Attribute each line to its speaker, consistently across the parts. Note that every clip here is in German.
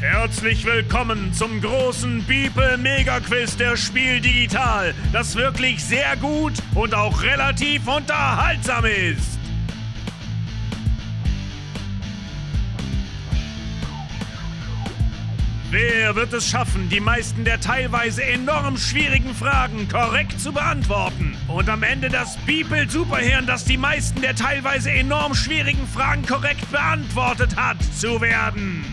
Speaker 1: Herzlich willkommen zum großen Beeple Mega Quiz der Spiel Digital, das wirklich sehr gut und auch relativ unterhaltsam ist. Wer wird es schaffen, die meisten der teilweise enorm schwierigen Fragen korrekt zu beantworten? Und am Ende das Beeple Superhirn, das die meisten der teilweise enorm schwierigen Fragen korrekt beantwortet hat, zu werden?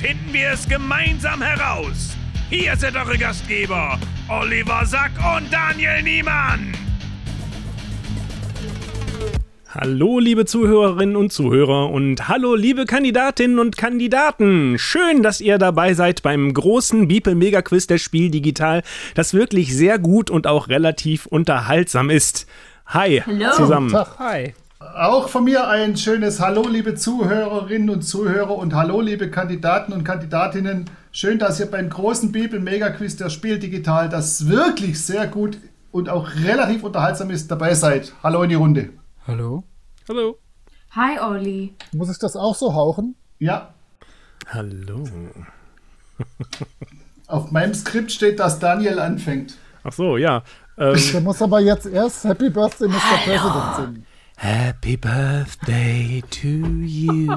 Speaker 1: finden wir es gemeinsam heraus. Hier sind eure Gastgeber, Oliver Sack und Daniel Niemann.
Speaker 2: Hallo, liebe Zuhörerinnen und Zuhörer und hallo, liebe Kandidatinnen und Kandidaten. Schön, dass ihr dabei seid beim großen Beeple Mega Quiz der Spiel Digital, das wirklich sehr gut und auch relativ unterhaltsam ist. Hi zusammen.
Speaker 3: Hi.
Speaker 4: Auch von mir ein schönes Hallo, liebe Zuhörerinnen und Zuhörer und Hallo, liebe Kandidaten und Kandidatinnen. Schön, dass ihr beim großen Bibel-Mega-Quiz der Spiel Digital, das wirklich sehr gut und auch relativ unterhaltsam ist, dabei seid. Hallo in die Runde.
Speaker 3: Hallo.
Speaker 2: Hallo.
Speaker 5: Hi Olli.
Speaker 6: Muss ich das auch so hauchen?
Speaker 4: Ja,
Speaker 2: Hallo.
Speaker 4: auf meinem Skript steht, dass Daniel anfängt.
Speaker 2: Ach so, ja. Ähm,
Speaker 6: Der muss aber jetzt erst Happy Birthday, Mr. President singen.
Speaker 2: Happy Birthday to you.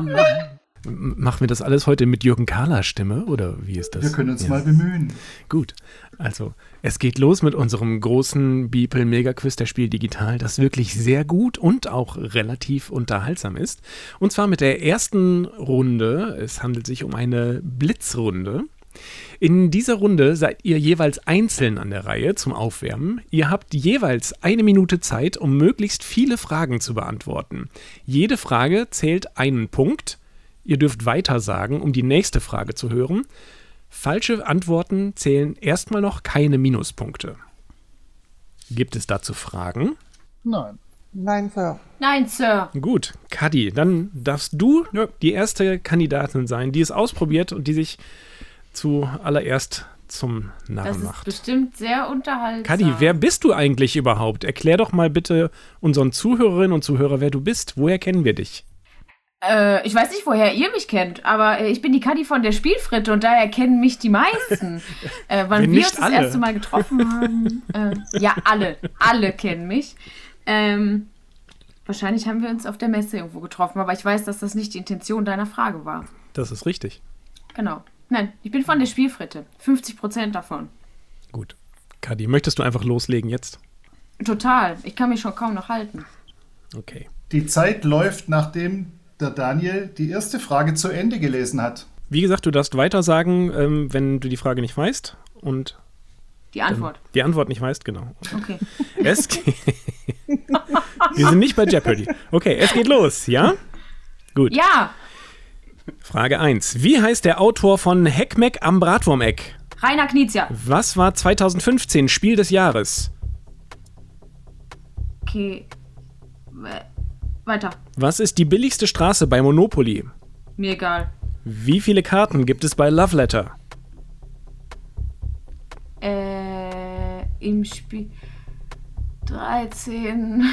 Speaker 2: M- Machen wir das alles heute mit Jürgen Kahler Stimme oder wie ist das?
Speaker 4: Wir können uns
Speaker 2: Ja.
Speaker 4: mal bemühen.
Speaker 2: Gut, also es geht los mit unserem großen Beeple Mega Quiz der Spiel Digital, das wirklich sehr gut und auch relativ unterhaltsam ist. Und zwar mit der ersten Runde. Es handelt sich um eine Blitzrunde. In dieser Runde seid ihr jeweils einzeln an der Reihe zum Aufwärmen. Ihr habt jeweils eine Minute Zeit, um möglichst viele Fragen zu beantworten. Jede Frage zählt einen Punkt. Ihr dürft weitersagen, um die nächste Frage zu hören. Falsche Antworten zählen erstmal noch keine Minuspunkte. Gibt es dazu Fragen?
Speaker 6: Nein.
Speaker 7: Nein, Sir.
Speaker 5: Nein, Sir.
Speaker 2: Gut, Kadi, dann darfst du die erste Kandidatin sein, die es ausprobiert und die sich zuallererst zum
Speaker 5: Das
Speaker 2: Narren
Speaker 5: ist
Speaker 2: macht.
Speaker 5: bestimmt sehr unterhaltsam.
Speaker 2: Kadi, wer bist du eigentlich überhaupt? Erklär doch mal bitte unseren Zuhörerinnen und Zuhörer, wer du bist. Woher kennen wir dich?
Speaker 5: Äh, ich weiß nicht, woher ihr mich kennt, aber äh, ich bin die Kadi von der Spielfritte und daher kennen mich die meisten. äh, wann
Speaker 2: Wenn
Speaker 5: wir
Speaker 2: nicht
Speaker 5: uns das
Speaker 2: alle.
Speaker 5: erste Mal getroffen haben. Äh, ja, alle. Alle kennen mich. Ähm, wahrscheinlich haben wir uns auf der Messe irgendwo getroffen, aber ich weiß, dass das nicht die Intention deiner Frage war.
Speaker 2: Das ist richtig.
Speaker 5: Genau. Nein, ich bin von der Spielfritte. 50 Prozent davon.
Speaker 2: Gut. Kadi, möchtest du einfach loslegen jetzt?
Speaker 5: Total. Ich kann mich schon kaum noch halten.
Speaker 2: Okay.
Speaker 4: Die Zeit läuft, nachdem der Daniel die erste Frage zu Ende gelesen hat.
Speaker 2: Wie gesagt, du darfst weitersagen, ähm, wenn du die Frage nicht weißt und
Speaker 5: Die Antwort.
Speaker 2: die Antwort nicht weißt, genau.
Speaker 5: Okay.
Speaker 2: Es ge- Wir sind nicht bei Jeopardy. Okay, es geht los, ja? Gut.
Speaker 5: Ja,
Speaker 2: Frage 1. Wie heißt der Autor von Heckmeck am Bratwurmeck?
Speaker 5: Rainer Knizia.
Speaker 2: Was war 2015 Spiel des Jahres?
Speaker 5: Okay. Äh, Weiter.
Speaker 2: Was ist die billigste Straße bei Monopoly?
Speaker 5: Mir egal.
Speaker 2: Wie viele Karten gibt es bei Love Letter?
Speaker 5: Äh, im Spiel. 13.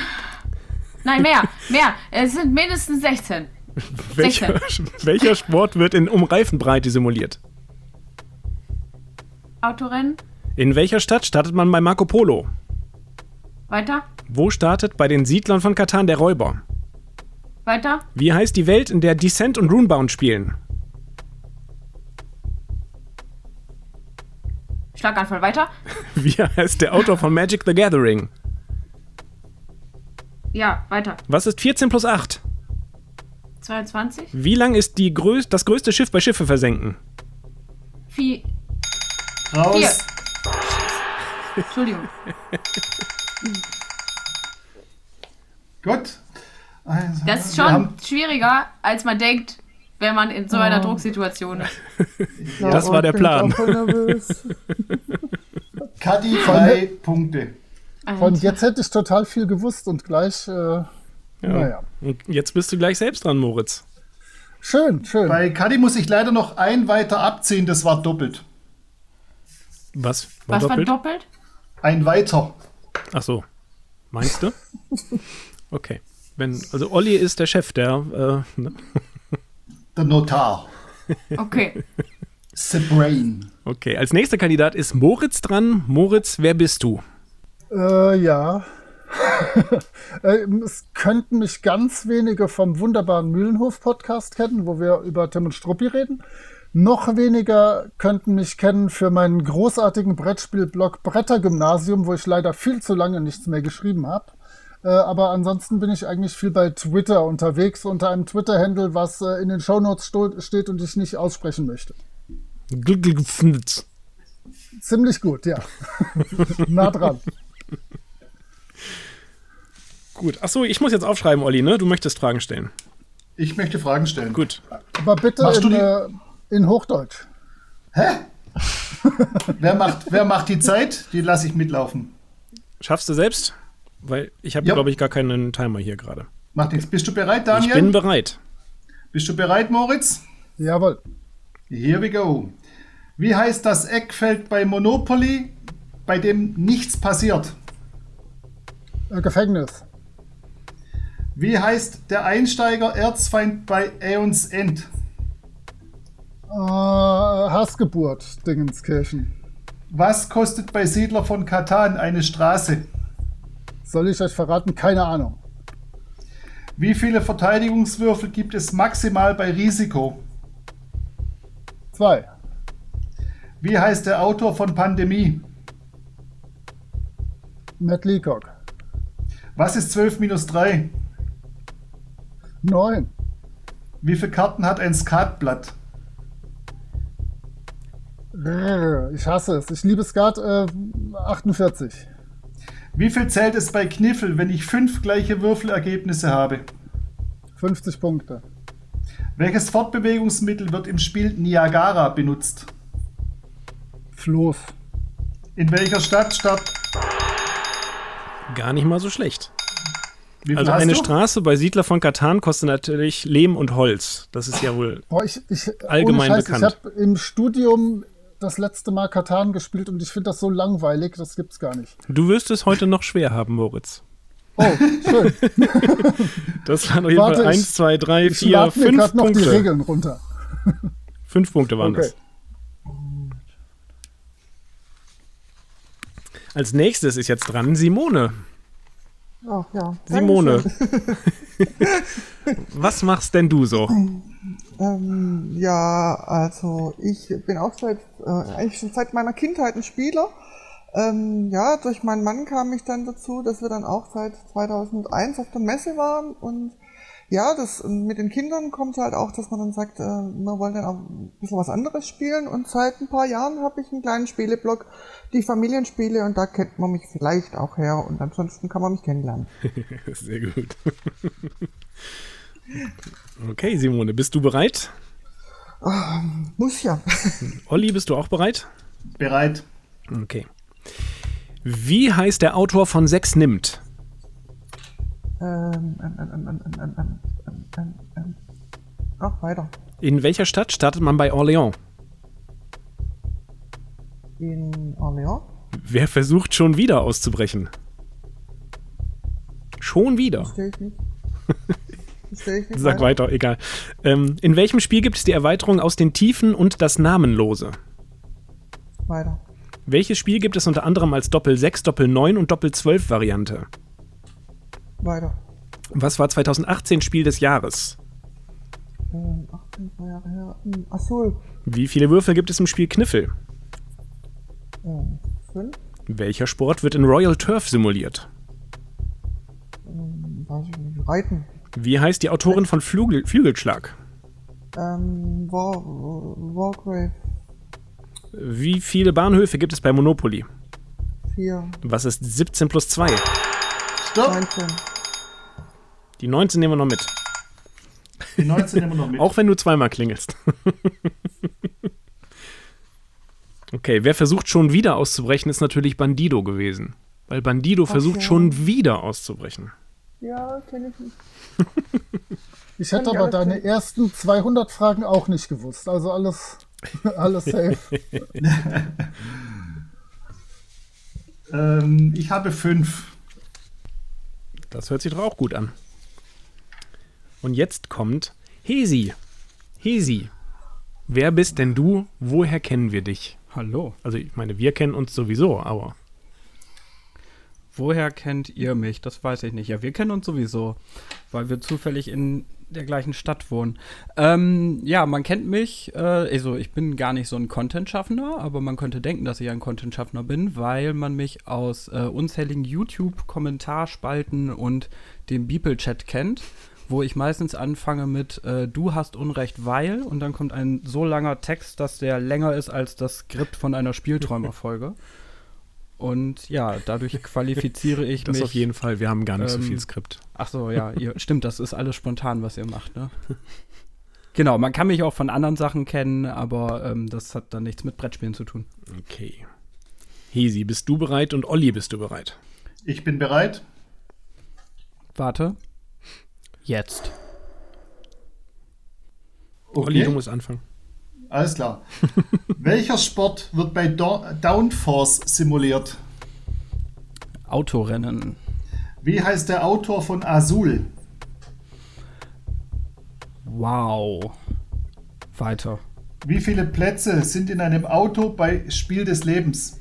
Speaker 5: Nein, mehr, mehr. Es sind mindestens 16.
Speaker 2: Welcher, welcher Sport wird in Umreifenbreite simuliert?
Speaker 5: Autorennen.
Speaker 2: In welcher Stadt startet man bei Marco Polo?
Speaker 5: Weiter,
Speaker 2: Wo startet bei den Siedlern von Katan der Räuber?
Speaker 5: weiter.
Speaker 2: Wie heißt die Welt, in der Descent und Runebound spielen?
Speaker 5: Schlaganfall, weiter.
Speaker 2: Wie heißt der Autor von Magic the Gathering?
Speaker 5: Ja, weiter.
Speaker 2: Was ist 14 plus 8?
Speaker 5: 22.
Speaker 2: Wie lang ist die größ das größte Schiff bei Schiffe versenken?
Speaker 5: Vier.
Speaker 4: Raus.
Speaker 5: Vier. Entschuldigung.
Speaker 4: Gut. Also,
Speaker 5: Das ist
Speaker 4: wir haben-
Speaker 5: schon schwieriger, als man denkt, wenn man in so
Speaker 7: Oh.
Speaker 5: einer Drucksituation ist.
Speaker 7: Ja,
Speaker 2: Das
Speaker 7: und
Speaker 2: war der
Speaker 7: bin ich
Speaker 2: Plan.
Speaker 7: auch voll nervös.
Speaker 4: Kadi drei Punkte.
Speaker 5: Also,
Speaker 6: Und jetzt hätte ich total viel gewusst und gleich, äh, naja.
Speaker 2: Und jetzt bist du gleich selbst dran, Moritz.
Speaker 6: Schön, schön.
Speaker 4: Bei Kadi muss ich leider noch ein weiter abziehen, das war doppelt.
Speaker 2: Was?
Speaker 5: Was war
Speaker 2: doppelt?
Speaker 5: doppelt?
Speaker 4: Ein weiter.
Speaker 2: Ach so. Meinst du? Okay. Wenn, also Olli ist der Chef, der. Äh, ne?
Speaker 4: Der Notar.
Speaker 5: Okay.
Speaker 4: The Brain.
Speaker 2: Okay, als nächster Kandidat ist Moritz dran. Moritz, wer bist du?
Speaker 6: Äh, ja. Äh, es könnten mich ganz wenige vom wunderbaren Mühlenhof-Podcast kennen, wo wir über Tim und Struppi reden. Noch weniger könnten mich kennen für meinen großartigen Brettspielblog Brettergymnasium, wo ich leider viel zu lange nichts mehr geschrieben habe. Äh, aber ansonsten bin ich eigentlich viel bei Twitter unterwegs, unter einem Twitter-Handle, was äh, in den Shownotes sto- steht und ich nicht aussprechen möchte.
Speaker 2: Glückwunsch.
Speaker 6: Ziemlich gut, ja. nah dran.
Speaker 2: Gut. Achso, ich muss jetzt aufschreiben, Olli, ne? Du möchtest Fragen stellen.
Speaker 4: Ich möchte Fragen stellen.
Speaker 2: Gut.
Speaker 6: Aber bitte
Speaker 4: Machst du
Speaker 6: in,
Speaker 4: die-
Speaker 6: äh, in Hochdeutsch.
Speaker 4: Wer macht, wer macht die Zeit? Die lasse ich mitlaufen.
Speaker 2: Schaffst du selbst? Weil ich habe,
Speaker 4: Ja.
Speaker 2: glaube ich, gar keinen Timer hier gerade.
Speaker 4: Macht nichts. Bist du bereit,
Speaker 2: Ich
Speaker 4: Daniel?
Speaker 2: bin bereit.
Speaker 4: Bist du bereit, Moritz?
Speaker 6: Jawohl.
Speaker 4: Here we go. Wie heißt das Eckfeld bei Monopoly, bei dem nichts passiert?
Speaker 6: Äh, Gefängnis.
Speaker 4: Wie heißt der Einsteiger Erzfeind bei Aeons End?
Speaker 6: Äh, Hassgeburt, Dingenskirchen.
Speaker 4: Was kostet bei Siedler von Katan eine Straße?
Speaker 6: Soll ich euch verraten? Keine Ahnung.
Speaker 4: Wie viele Verteidigungswürfel gibt es maximal bei Risiko?
Speaker 6: Zwei.
Speaker 4: Wie heißt der Autor von Pandemie?
Speaker 6: Matt Leacock.
Speaker 4: Was ist 12 minus 3?
Speaker 6: Neun.
Speaker 4: Wie viele Karten hat ein Skatblatt?
Speaker 6: Brrr, Ich hasse es. Ich liebe Skat äh, 48.
Speaker 4: Wie viel zählt es bei Kniffel, wenn ich fünf gleiche Würfelergebnisse habe?
Speaker 6: 50 Punkte.
Speaker 4: Welches Fortbewegungsmittel wird im Spiel Niagara benutzt?
Speaker 6: Floß.
Speaker 4: In welcher Stadt? Stadt?
Speaker 2: Gar nicht mal so schlecht.
Speaker 4: Wie viel
Speaker 2: Also
Speaker 4: hast
Speaker 2: eine
Speaker 4: du?
Speaker 2: Straße bei Siedler von Katan kostet natürlich Lehm und Holz. Das ist ja wohl.
Speaker 6: Boah, ich, ich,
Speaker 2: Allgemein
Speaker 6: ohne Scheiß,
Speaker 2: bekannt.
Speaker 6: Ich habe im Studium das letzte Mal Katan gespielt und ich finde das so langweilig, das gibt's gar nicht.
Speaker 2: Du wirst es heute noch schwer haben, Moritz.
Speaker 6: Oh, schön.
Speaker 2: Das waren auf jeden
Speaker 6: Warte,
Speaker 2: Fall
Speaker 6: ich-
Speaker 2: 1, 2, 3,
Speaker 6: Ich
Speaker 2: 4,
Speaker 6: lade mir
Speaker 2: 5
Speaker 6: gerade noch die
Speaker 2: Punkte.
Speaker 6: Regeln runter.
Speaker 2: 5 Punkte waren
Speaker 6: Okay.
Speaker 2: das. Als nächstes ist jetzt dran Simone.
Speaker 7: Oh, ja.
Speaker 2: Simone. Was machst denn du so?
Speaker 7: Ähm, ja, also ich bin auch seit, äh, eigentlich schon seit meiner Kindheit ein Spieler. Ähm, ja, durch meinen Mann kam ich dann dazu, dass wir dann auch seit 2001 auf der Messe waren und ja, das ähm, mit den Kindern kommt halt auch, dass man dann sagt, äh, wir wollen dann auch ein bisschen was anderes spielen und seit ein paar Jahren habe ich einen kleinen Spieleblock, die Familienspiele und da kennt man mich vielleicht auch her und ansonsten kann man mich kennenlernen.
Speaker 2: Sehr gut. Okay, Simone, bist du bereit?
Speaker 7: Muss ja.
Speaker 2: Olli, bist du auch bereit?
Speaker 4: Bereit.
Speaker 2: Okay. Wie heißt der Autor von Sechs nimmt?
Speaker 7: Ähm, ähm, ähm, ähm, ähm, ähm, ähm, ähm, ähm, ähm. Ach, weiter.
Speaker 2: In welcher Stadt startet man bei Orléans?
Speaker 7: In Orléans.
Speaker 2: Wer versucht schon wieder auszubrechen? Schon wieder.
Speaker 7: Verstehe ich nicht. Verstehe ich nicht.
Speaker 2: Sag weiter, egal. Ähm, in welchem Spiel gibt es die Erweiterung aus den Tiefen und das Namenlose?
Speaker 7: Weiter.
Speaker 2: Welches Spiel gibt es unter anderem als Doppel-6, Doppel-9 und Doppel-12-Variante?
Speaker 7: Weiter.
Speaker 2: Was war 2018 Spiel des Jahres?
Speaker 7: Ähm, 18, zwei Jahre her. Ähm, Azul.
Speaker 2: Wie viele Würfel gibt es im Spiel Kniffel?
Speaker 7: Ähm, 5.
Speaker 2: Welcher Sport wird in Royal Turf simuliert?
Speaker 7: Weiß ich nicht. Reiten.
Speaker 2: Wie heißt die Autorin von Flügel Flügelschlag?
Speaker 7: Ähm, War, Wargrave.
Speaker 2: Wie viele Bahnhöfe gibt es bei Monopoly?
Speaker 7: 4.
Speaker 2: Was ist 17 plus 2?
Speaker 5: Oh.
Speaker 4: Stopp.
Speaker 7: 19.
Speaker 2: Die 19 nehmen wir noch mit.
Speaker 4: Die 19 nehmen wir noch mit.
Speaker 2: Auch wenn du zweimal klingelst. okay, wer versucht schon wieder auszubrechen, ist natürlich Bandido gewesen. Weil Bandido versucht
Speaker 7: ja.
Speaker 2: schon wieder auszubrechen.
Speaker 7: Ja, kenne ich nicht.
Speaker 6: Ich hätte
Speaker 7: Kann ich
Speaker 6: aber
Speaker 7: alles
Speaker 6: deine
Speaker 7: sehen.
Speaker 6: ersten 200 Fragen auch nicht gewusst. Also alles, alles safe.
Speaker 4: Ähm, ich habe fünf.
Speaker 2: Das hört sich doch auch gut an. Und jetzt kommt Hesi. Hesi, Wer bist denn du? Woher kennen wir dich?
Speaker 3: Hallo.
Speaker 2: Also ich meine, wir kennen uns sowieso, aber
Speaker 3: Woher kennt ihr mich? Das weiß ich nicht. Ja, wir kennen uns sowieso, weil wir zufällig in der gleichen Stadt wohnen. Ähm, ja, man kennt mich. Äh, also ich bin gar nicht so ein Content-Schaffender, aber man könnte denken, dass ich ein Content-Schaffender bin, weil man mich aus äh, unzähligen YouTube-Kommentarspalten und dem Beeple-Chat kennt, wo ich meistens anfange mit äh, Du hast Unrecht, weil und dann kommt ein so langer Text, dass der länger ist als das Skript von einer Spielträumerfolge. Und ja, dadurch qualifiziere ich
Speaker 2: das
Speaker 3: mich.
Speaker 2: auf jeden Fall. Wir haben gar nicht so
Speaker 3: ähm,
Speaker 2: viel Skript.
Speaker 3: Ach so, ja, ihr, stimmt, das ist alles spontan, was ihr macht, ne? Genau, man kann mich auch von anderen Sachen kennen, aber ähm, das hat dann nichts mit Brettspielen zu tun.
Speaker 2: Okay. Hesi, bist du bereit und Olli, bist du bereit?
Speaker 4: Ich bin bereit.
Speaker 3: Warte. Jetzt.
Speaker 2: Olli, du musst anfangen.
Speaker 4: Alles klar. Welcher Sport wird bei Do Downforce simuliert?
Speaker 3: Autorennen.
Speaker 4: Wie heißt der Autor von Azul?
Speaker 3: Wow. Weiter.
Speaker 4: Wie viele Plätze sind in einem Auto bei Spiel des Lebens?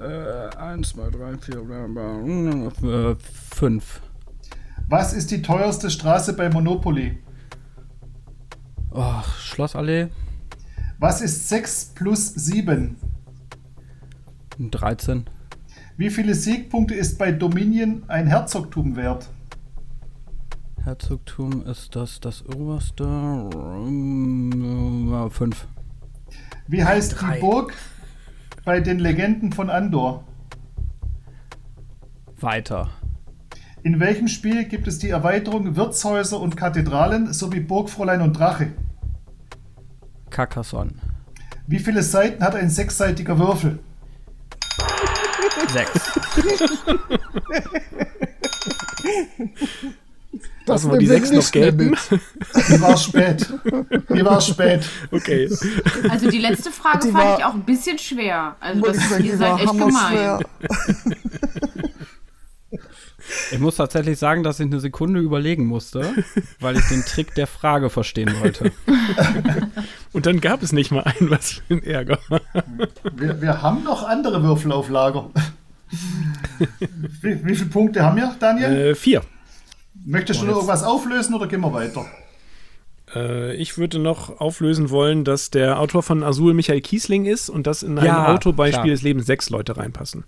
Speaker 3: Äh, eins, zwei, drei, vier, bla, bla, bla, äh, fünf.
Speaker 4: Was ist die teuerste Straße bei Monopoly?
Speaker 3: Oh, Schlossallee.
Speaker 4: Was ist 6 plus 7?
Speaker 3: 13.
Speaker 4: Wie viele Siegpunkte ist bei Dominion ein Herzogtum wert?
Speaker 3: Herzogtum ist das das oberste. Ähm, Fünf.
Speaker 4: Wie heißt die Burg bei den Legenden von Andor?
Speaker 3: Weiter.
Speaker 4: In welchem Spiel gibt es die Erweiterung Wirtshäuser und Kathedralen sowie Burgfräulein und Drache?
Speaker 3: Carcassonne.
Speaker 4: Wie viele Seiten hat ein sechsseitiger Würfel?
Speaker 3: Sechs.
Speaker 6: Das
Speaker 2: Lassen wir die
Speaker 6: nehmen
Speaker 2: sechs noch
Speaker 6: nicht mehr
Speaker 2: gelten.
Speaker 6: mit.
Speaker 4: Die war spät. Die war spät.
Speaker 2: Okay.
Speaker 5: Also die letzte Frage
Speaker 7: Die
Speaker 5: fand
Speaker 7: war-
Speaker 5: ich auch ein bisschen schwer. Also
Speaker 7: Wollte ich
Speaker 5: das,
Speaker 7: sagen,
Speaker 5: ihr
Speaker 7: die
Speaker 5: seid
Speaker 7: war
Speaker 5: echt
Speaker 7: hammerschwer.
Speaker 5: gemein.
Speaker 3: Ich muss tatsächlich sagen, dass ich eine Sekunde überlegen musste, weil ich den Trick der Frage verstehen wollte.
Speaker 2: Und dann gab es nicht mal ein, was für ein Ärger.
Speaker 4: Wir, wir haben noch andere Würfel auf Lager. Wie, wie viele Punkte haben wir, Daniel?
Speaker 2: Äh, oh, vier.
Speaker 4: Möchtest du noch irgendwas auflösen oder gehen wir weiter?
Speaker 2: Äh, ich würde noch auflösen wollen, dass der Autor von Azul Michael Kiesling ist und dass in ein
Speaker 3: Ja,
Speaker 2: Auto bei
Speaker 3: klar.
Speaker 2: Spiel des Lebens sechs Leute reinpassen.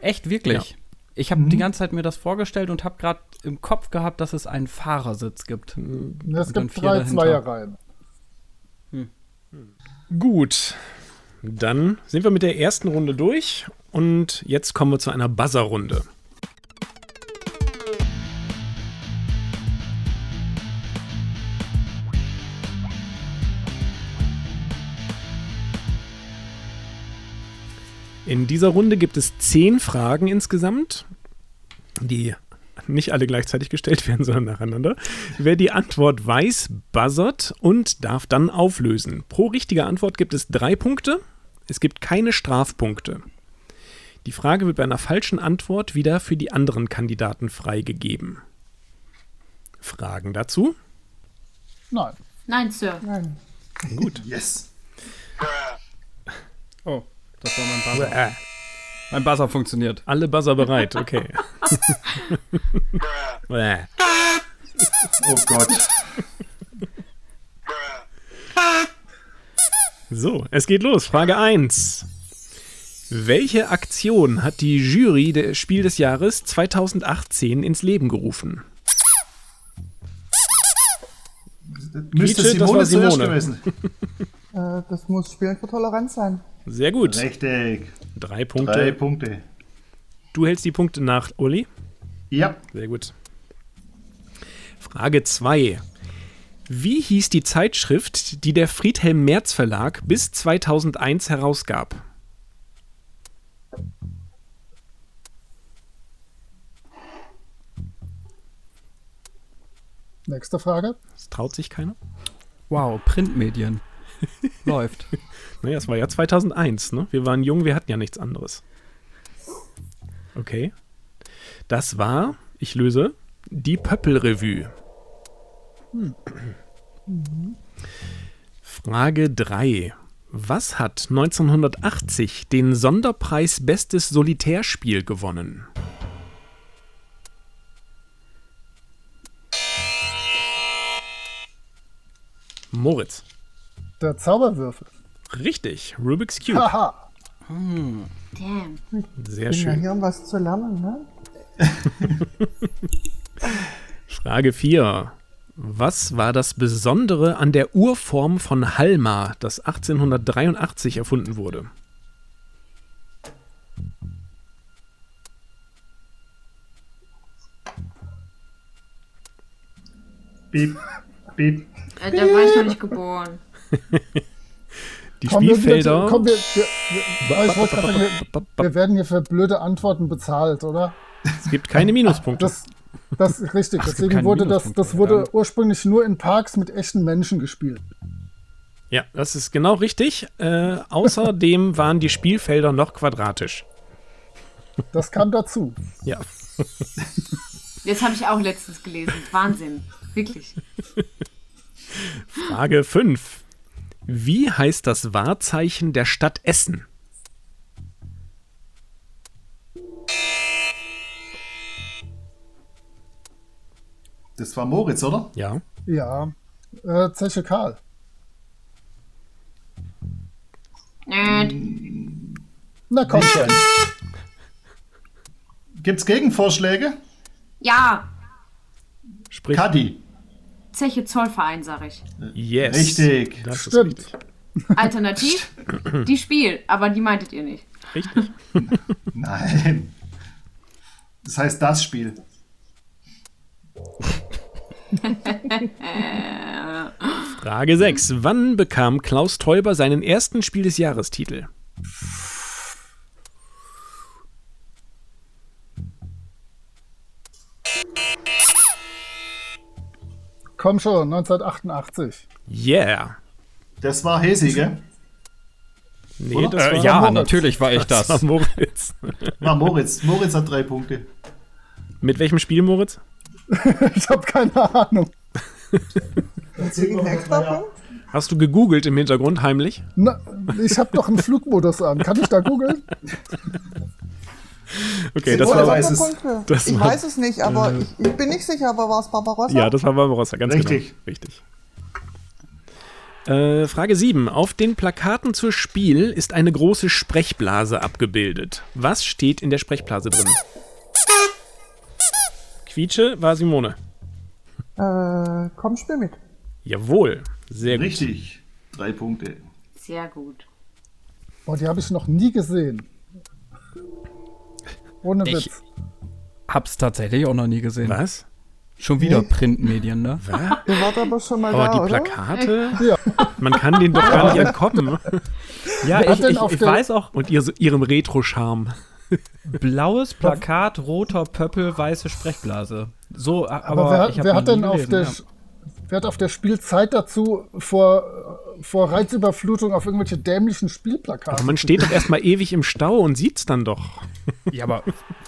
Speaker 3: Echt, wirklich? Ich habe
Speaker 6: Mhm.
Speaker 3: die ganze Zeit mir das vorgestellt und habe gerade im Kopf gehabt, dass es einen Fahrersitz gibt.
Speaker 6: Mhm. Es
Speaker 3: dann
Speaker 6: gibt
Speaker 3: vier
Speaker 6: drei
Speaker 3: dahinter.
Speaker 6: Zweierreihen.
Speaker 2: Gut. Dann sind wir mit der ersten Runde durch und jetzt kommen wir zu einer Buzzer-Runde. In dieser Runde gibt es zehn Fragen insgesamt, die nicht alle gleichzeitig gestellt werden, sondern nacheinander. Wer die Antwort weiß, buzzert und darf dann auflösen. Pro richtige Antwort gibt es drei Punkte. Es gibt keine Strafpunkte. Die Frage wird bei einer falschen Antwort wieder für die anderen Kandidaten freigegeben. Fragen dazu?
Speaker 6: Nein.
Speaker 5: Nein, Sir.
Speaker 7: Nein.
Speaker 4: Yes.
Speaker 3: Oh, das war mein Buzzer.
Speaker 2: Äh,
Speaker 3: Mein Buzzer funktioniert.
Speaker 2: Alle Buzzer bereit, okay. Bäh.
Speaker 4: Oh Gott.
Speaker 2: So, es geht los. Frage 1. Welche Aktion hat die Jury des Spiel des Jahres 2018 ins Leben gerufen?
Speaker 4: Müsste
Speaker 2: das
Speaker 4: Simone,
Speaker 2: war
Speaker 4: zuerst
Speaker 2: Simone.
Speaker 4: gewesen.
Speaker 7: Äh, das muss Spielen für Toleranz sein.
Speaker 2: Sehr gut.
Speaker 4: Richtig.
Speaker 2: Drei Punkte.
Speaker 4: Drei Punkte.
Speaker 2: Du hältst die Punkte nach, Uli.
Speaker 4: Ja.
Speaker 2: Sehr gut. Frage 2. Wie hieß die Zeitschrift, die der Friedhelm Merz Verlag bis 2001 herausgab?
Speaker 6: Nächste Frage.
Speaker 2: Das traut sich keiner.
Speaker 3: Wow, Printmedien. Läuft.
Speaker 2: Naja, es war ja 2001, ne? Wir waren jung, wir hatten ja nichts anderes. Okay. Das war, ich löse, die Pöppel-Revue. Frage 3. Was hat 1980 den Sonderpreis Bestes Solitärspiel gewonnen? Moritz.
Speaker 6: Der Zauberwürfel.
Speaker 2: Richtig, Rubik's Cube.
Speaker 6: Haha.
Speaker 5: Damn.
Speaker 2: Sehr
Speaker 7: bin ja
Speaker 2: schön.
Speaker 7: hier, um was zu lernen, ne?
Speaker 2: Frage 4. Was war das Besondere an der Urform von Halma, das 1883 erfunden wurde?
Speaker 4: Beep, beep.
Speaker 5: Äh, da war ich noch nicht geboren.
Speaker 2: Die
Speaker 6: Komm, wir-
Speaker 2: Spielfelder.
Speaker 6: Komm, wir, wir, wir, oh, ich wollte gerade sagen, wir, wir werden hier für blöde Antworten bezahlt, oder?
Speaker 2: Es gibt keine Minuspunkte.
Speaker 6: Das, das ist richtig.
Speaker 3: Ach, es gibt
Speaker 6: Deswegen
Speaker 3: keine
Speaker 6: wurde das, das
Speaker 3: Minuspunkte,
Speaker 6: wurde
Speaker 3: verdammt.
Speaker 6: ursprünglich nur in Parks mit echten Menschen gespielt.
Speaker 2: Ja, das ist genau richtig. Äh, außerdem waren die Spielfelder noch quadratisch.
Speaker 6: Das kam dazu.
Speaker 2: Ja.
Speaker 5: Jetzt habe ich auch letztens gelesen. Wahnsinn. Wirklich.
Speaker 2: Frage 5. Wie heißt das Wahrzeichen der Stadt Essen?
Speaker 4: Das war Moritz, oder?
Speaker 2: Ja.
Speaker 6: Ja. Äh, Zeche Karl.
Speaker 5: Nerd.
Speaker 6: Na komm schon.
Speaker 4: Gibt's Gegenvorschläge?
Speaker 5: Ja,
Speaker 2: Sprich,
Speaker 4: Kadi.
Speaker 5: Zeche Zollverein, sage ich.
Speaker 2: yes.
Speaker 4: Richtig.
Speaker 2: Das
Speaker 6: Stimmt.
Speaker 2: Ist
Speaker 5: Alternativ, die Spiel, aber die meintet ihr nicht.
Speaker 2: richtig. richtig.
Speaker 4: Nein. Das heißt das Spiel.
Speaker 2: Frage 6. Wann bekam Klaus Teuber seinen ersten Spiel des Jahrestitel?
Speaker 6: Komm schon, 1988.
Speaker 2: Yeah.
Speaker 4: Das war Hesi, gell?
Speaker 2: Nee,
Speaker 4: Oder?
Speaker 2: das war
Speaker 3: Äh, ja,
Speaker 6: Moritz.
Speaker 3: natürlich war ich das.
Speaker 2: Das war Moritz.
Speaker 4: War Moritz. Moritz hat drei Punkte.
Speaker 2: Mit welchem Spiel, Moritz?
Speaker 6: Ich habe keine Ahnung.
Speaker 7: Krieg ich einen extra Punkt?
Speaker 2: Hast du gegoogelt im Hintergrund heimlich?
Speaker 6: Na, ich habe doch einen Flugmodus an. Kann ich da googeln?
Speaker 2: Okay, das
Speaker 4: das war-
Speaker 2: war.
Speaker 7: Oder
Speaker 4: weiß es.
Speaker 7: Sonderpunkte?
Speaker 2: das
Speaker 7: ich
Speaker 2: war- Äh.
Speaker 7: weiß es nicht, aber ich, ich bin nicht sicher, aber war es Barbarossa?
Speaker 2: Ja, das war Barbarossa, ganz
Speaker 4: Richtig.
Speaker 2: genau. Richtig. Äh, Frage 7. Auf den Plakaten zur Spiel ist eine große Sprechblase abgebildet. Was steht in der Sprechblase drin? Quietsche war Simone.
Speaker 7: Äh, komm, spiel mit.
Speaker 2: Jawohl, sehr gut.
Speaker 4: Richtig. Drei Punkte.
Speaker 5: Sehr gut.
Speaker 6: Boah, die habe ich noch nie gesehen. Ohne
Speaker 3: Ich-
Speaker 6: Witz.
Speaker 3: Hab's tatsächlich auch noch nie gesehen.
Speaker 2: Was?
Speaker 3: Schon wieder Printmedien, ne?
Speaker 7: Ihr wart aber schon mal
Speaker 2: Aber
Speaker 7: da,
Speaker 2: Oh, die
Speaker 7: oder?
Speaker 2: Plakate?
Speaker 6: Ja.
Speaker 2: Man kann den doch gar nicht entkommen.
Speaker 3: Ja,
Speaker 6: Wer hat denn auf der-
Speaker 3: auch,
Speaker 2: Und ihr, ihrem Retro-Charme.
Speaker 3: blaues Plakat, roter Pöppel, weiße Sprechblase. So, a- aber,
Speaker 6: Aber,
Speaker 3: ich
Speaker 6: wer,
Speaker 3: hab
Speaker 6: wer
Speaker 3: noch
Speaker 6: hat
Speaker 3: nie
Speaker 6: denn auf
Speaker 3: gelesen,
Speaker 6: der,
Speaker 3: ja.
Speaker 6: wer hat auf der Spielzeit dazu vor, vor Reizüberflutung auf irgendwelche dämlichen Spielplakate?
Speaker 2: Aber man steht doch erstmal ewig im Stau und sieht's dann doch.
Speaker 3: Ja, aber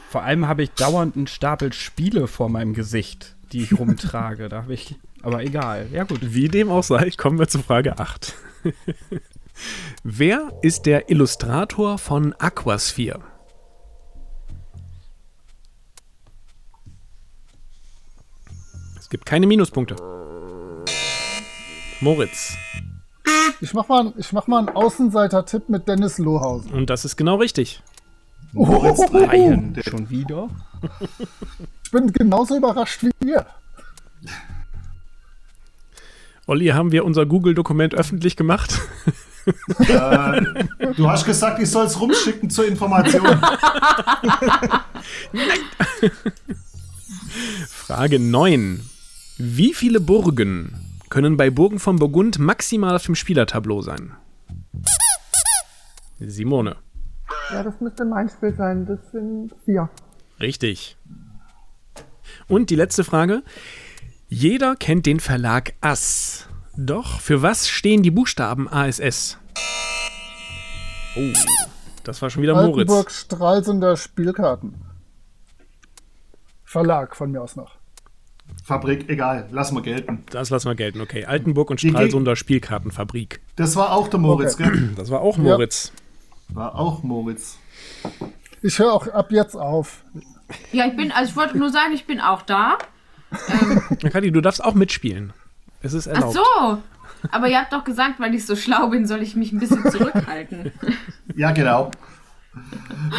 Speaker 3: vor allem habe ich dauernd einen Stapel Spiele vor meinem Gesicht, die ich rumtrage. Da habe ich. Aber egal. Ja, gut.
Speaker 2: Wie dem auch sei, kommen wir zu Frage 8. Wer ist der Illustrator von Aquasphere? Es gibt keine Minuspunkte. Moritz.
Speaker 6: Ich mach mal, ich mach mal einen Außenseiter-Tipp mit Dennis Lohausen.
Speaker 2: Und das ist genau richtig. Oh.
Speaker 4: Moritz drei
Speaker 3: Bayern
Speaker 4: Punkte.
Speaker 3: schon wieder.
Speaker 6: Ich bin genauso überrascht wie ihr.
Speaker 2: Olli, haben wir unser Google-Dokument öffentlich gemacht?
Speaker 4: Du hast gesagt, ich soll es rumschicken zur Information.
Speaker 2: Frage 9. Wie viele Burgen können bei Burgen von Burgund maximal auf dem Spielertableau sein? Simone.
Speaker 7: Ja, das müsste mein Spiel sein. Das sind vier.
Speaker 2: Richtig. Und die letzte Frage. Jeder kennt den Verlag ASS. Doch für was stehen die Buchstaben ASS? Oh, das war schon wieder Moritz.
Speaker 6: Altenburg Stralsunder Spielkarten. Verlag von mir aus noch.
Speaker 4: Fabrik, egal, lass mal gelten.
Speaker 2: Das lassen wir gelten. Okay, Altenburg und
Speaker 4: Die Geg-
Speaker 2: Stralsunder Spielkartenfabrik.
Speaker 4: Das war auch der Moritz, gell?
Speaker 2: Das war auch Moritz.
Speaker 4: War auch Moritz.
Speaker 6: Ich höre auch ab jetzt auf.
Speaker 5: Ja, ich bin, also ich wollte nur sagen, ich bin auch da.
Speaker 2: Ja. Kathi, du darfst auch mitspielen. Es ist
Speaker 5: Ach
Speaker 2: erlaubt.
Speaker 5: so. Aber ihr habt doch gesagt, weil ich so schlau bin, soll ich mich ein bisschen zurückhalten.
Speaker 4: Ja, genau.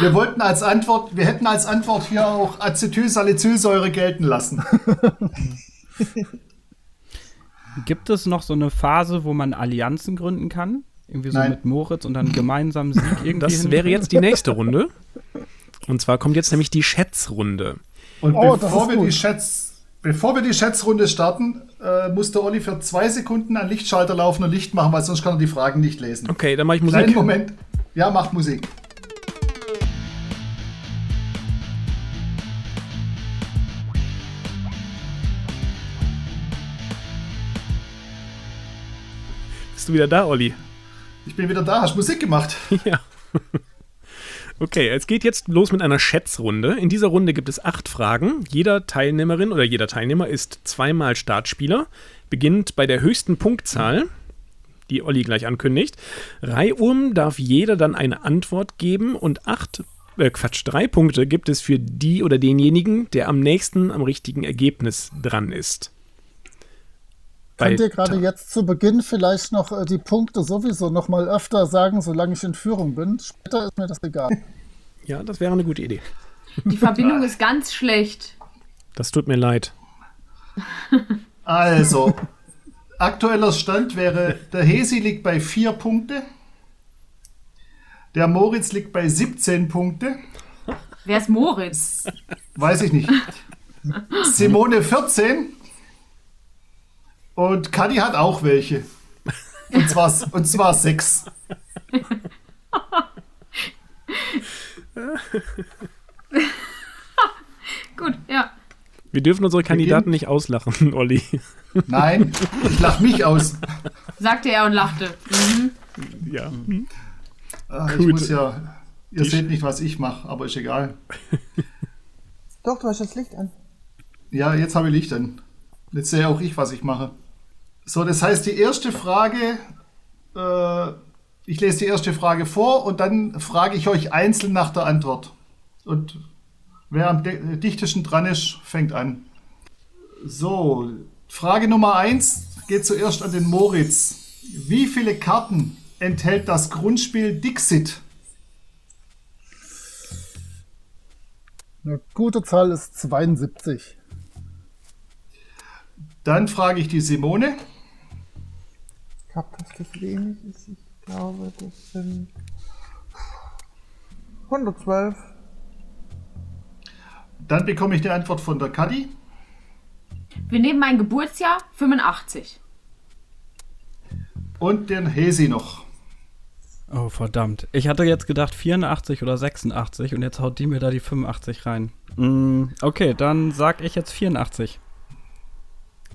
Speaker 4: Wir wollten als Antwort, wir hätten als Antwort hier auch Acetylsalicylsäure gelten lassen.
Speaker 3: Gibt es noch so eine Phase, wo man Allianzen gründen kann? Irgendwie so
Speaker 4: Nein.
Speaker 3: mit Moritz und dann gemeinsam Sieg irgendwie
Speaker 2: Das wäre jetzt die nächste Runde. Und zwar kommt jetzt nämlich die Schätzrunde.
Speaker 4: Und
Speaker 6: Oh, das
Speaker 4: bevor,
Speaker 6: ist
Speaker 4: wir
Speaker 6: gut.
Speaker 4: die Schätz, bevor wir die Schätzrunde starten, äh, muss der Olli für zwei Sekunden an Lichtschalter laufen und Licht machen, weil sonst kann er die Fragen nicht lesen.
Speaker 2: Okay, dann mache ich Musik.
Speaker 4: Kleinen Moment. Ja, macht Musik.
Speaker 2: Bist du wieder da, Olli?
Speaker 4: Ich bin wieder da, hast Musik gemacht.
Speaker 2: Ja. Okay, es geht jetzt los mit einer Schätzrunde. In dieser Runde gibt es acht Fragen. Jeder Teilnehmerin oder jeder Teilnehmer ist zweimal Startspieler, beginnt bei der höchsten Punktzahl, die Olli gleich ankündigt. Reihum darf jeder dann eine Antwort geben und acht, äh Quatsch, drei Punkte gibt es für die oder denjenigen, der am nächsten am richtigen Ergebnis dran ist. Bei
Speaker 6: Könnt ihr gerade jetzt zu Beginn vielleicht noch äh, die Punkte sowieso noch mal öfter sagen, solange ich in Führung bin? Später ist mir das egal.
Speaker 2: Ja, das wäre eine gute Idee.
Speaker 5: Die Verbindung ist ganz schlecht.
Speaker 2: Das tut mir leid.
Speaker 4: Also, aktueller Stand wäre, der Hesi liegt bei 4 Punkte. Der Moritz liegt bei 17 Punkte.
Speaker 5: Wer ist Moritz?
Speaker 4: Weiß ich nicht. Simone 14. Und Kadi hat auch welche. Und zwar, und zwar sechs.
Speaker 5: Gut, ja.
Speaker 2: Wir dürfen unsere Kandidaten nicht auslachen, Olli.
Speaker 4: Nein, ich lach mich aus.
Speaker 5: Sagte er und lachte. Mhm.
Speaker 2: Ja.
Speaker 4: Ah, Ich
Speaker 2: Gut.
Speaker 4: muss ja. Ihr seht nicht, was ich mache, aber ist egal.
Speaker 7: Doch, du hast das Licht an.
Speaker 4: Ja, jetzt habe ich Licht an. Jetzt sehe auch ich, was ich mache. So, das heißt, die erste Frage, äh, ich lese die erste Frage vor und dann frage ich euch einzeln nach der Antwort. Und wer am di- dichtesten dran ist, fängt an. So, Frage Nummer eins geht zuerst an den Moritz. Wie viele Karten enthält das Grundspiel Dixit?
Speaker 6: Eine gute Zahl ist 72.
Speaker 4: Dann frage ich die Simone.
Speaker 7: Ich glaube, dass das wenig ist. Ich glaube, das sind 112.
Speaker 4: Dann bekomme ich die Antwort von der Kadi.
Speaker 5: Wir nehmen mein Geburtsjahr 85.
Speaker 4: Und den Hesi noch.
Speaker 3: Oh, verdammt. Ich hatte jetzt gedacht 84 oder 86 und jetzt haut die mir da die 85 rein. Mm, okay, dann sag ich jetzt 84.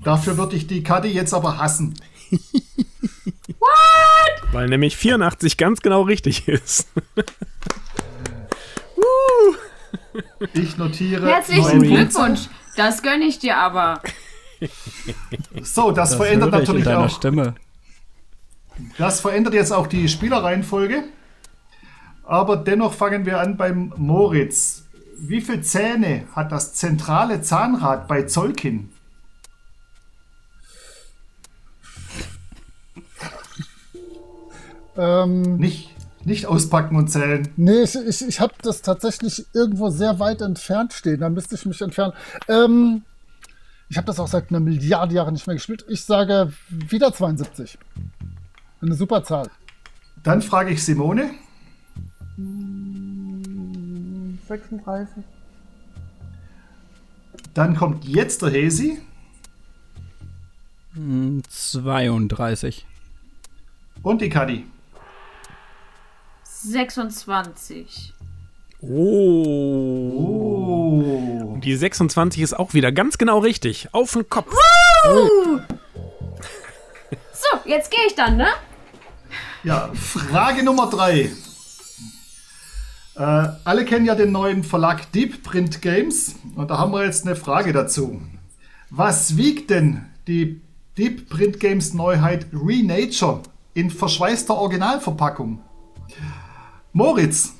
Speaker 4: Dafür würde ich die Kadi jetzt aber hassen.
Speaker 2: Weil nämlich 84 ganz genau richtig ist.
Speaker 4: Ich notiere.
Speaker 3: Äh,
Speaker 5: Herzlichen
Speaker 4: neun.
Speaker 5: Glückwunsch. Das gönne ich dir aber.
Speaker 4: So, das,
Speaker 3: Das
Speaker 4: verändert
Speaker 3: höre ich in
Speaker 4: natürlich
Speaker 3: deiner
Speaker 4: auch.
Speaker 3: Stimme.
Speaker 4: Das verändert jetzt auch die Spielerreihenfolge. Aber dennoch fangen wir an beim Moritz. Wie viele Zähne hat das zentrale Zahnrad bei Zolkin?
Speaker 6: Ähm,
Speaker 4: Nicht, nicht auspacken und zählen.
Speaker 6: nee, ich, ich, ich habe das tatsächlich irgendwo sehr weit entfernt stehen. Da müsste ich mich entfernen. Ähm, ich habe das auch seit einer Milliarde Jahre nicht mehr gespielt. Ich sage wieder 72. Eine super Zahl.
Speaker 4: Dann frage ich Simone.
Speaker 7: 36.
Speaker 4: Dann kommt jetzt der Hesi.
Speaker 3: Mm, 32.
Speaker 4: Und die Kadi.
Speaker 5: 26.
Speaker 2: Oh.
Speaker 4: Oh.
Speaker 2: Die 26 ist auch wieder ganz genau richtig. Auf den Kopf.
Speaker 5: So, jetzt gehe ich dann, ne?
Speaker 4: Ja, Frage Nummer drei. Äh, alle kennen ja den neuen Verlag Deep Print Games und da haben wir jetzt eine Frage dazu. Was wiegt denn die Deep Print Games Neuheit Renature in verschweißter Originalverpackung? Moritz,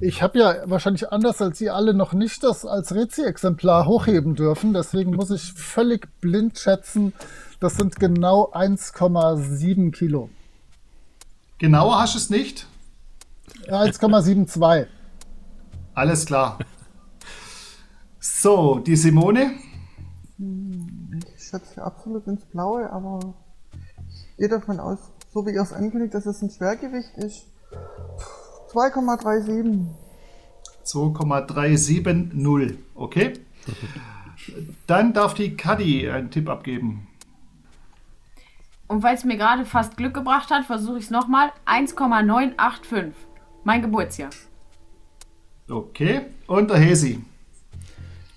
Speaker 6: Ich habe ja wahrscheinlich anders als Sie alle noch nicht das als Rezi-Exemplar hochheben dürfen. Deswegen muss ich völlig blind schätzen, das sind genau 1,7 Kilo.
Speaker 4: genauer hast du es nicht?
Speaker 6: Äh, 1,72.
Speaker 4: Alles klar. So, die Simone.
Speaker 7: Ich schätze absolut ins Blaue, aber ich gehe davon aus, so wie ihr es ankündigt, dass es ein Schwergewicht ist. 2,37.
Speaker 4: 2,370. Okay. Dann darf die Caddy einen Tipp abgeben.
Speaker 5: Und weil es mir gerade fast Glück gebracht hat, versuche ich es nochmal. 1,985. Mein Geburtsjahr.
Speaker 4: Okay. Und der Hesi.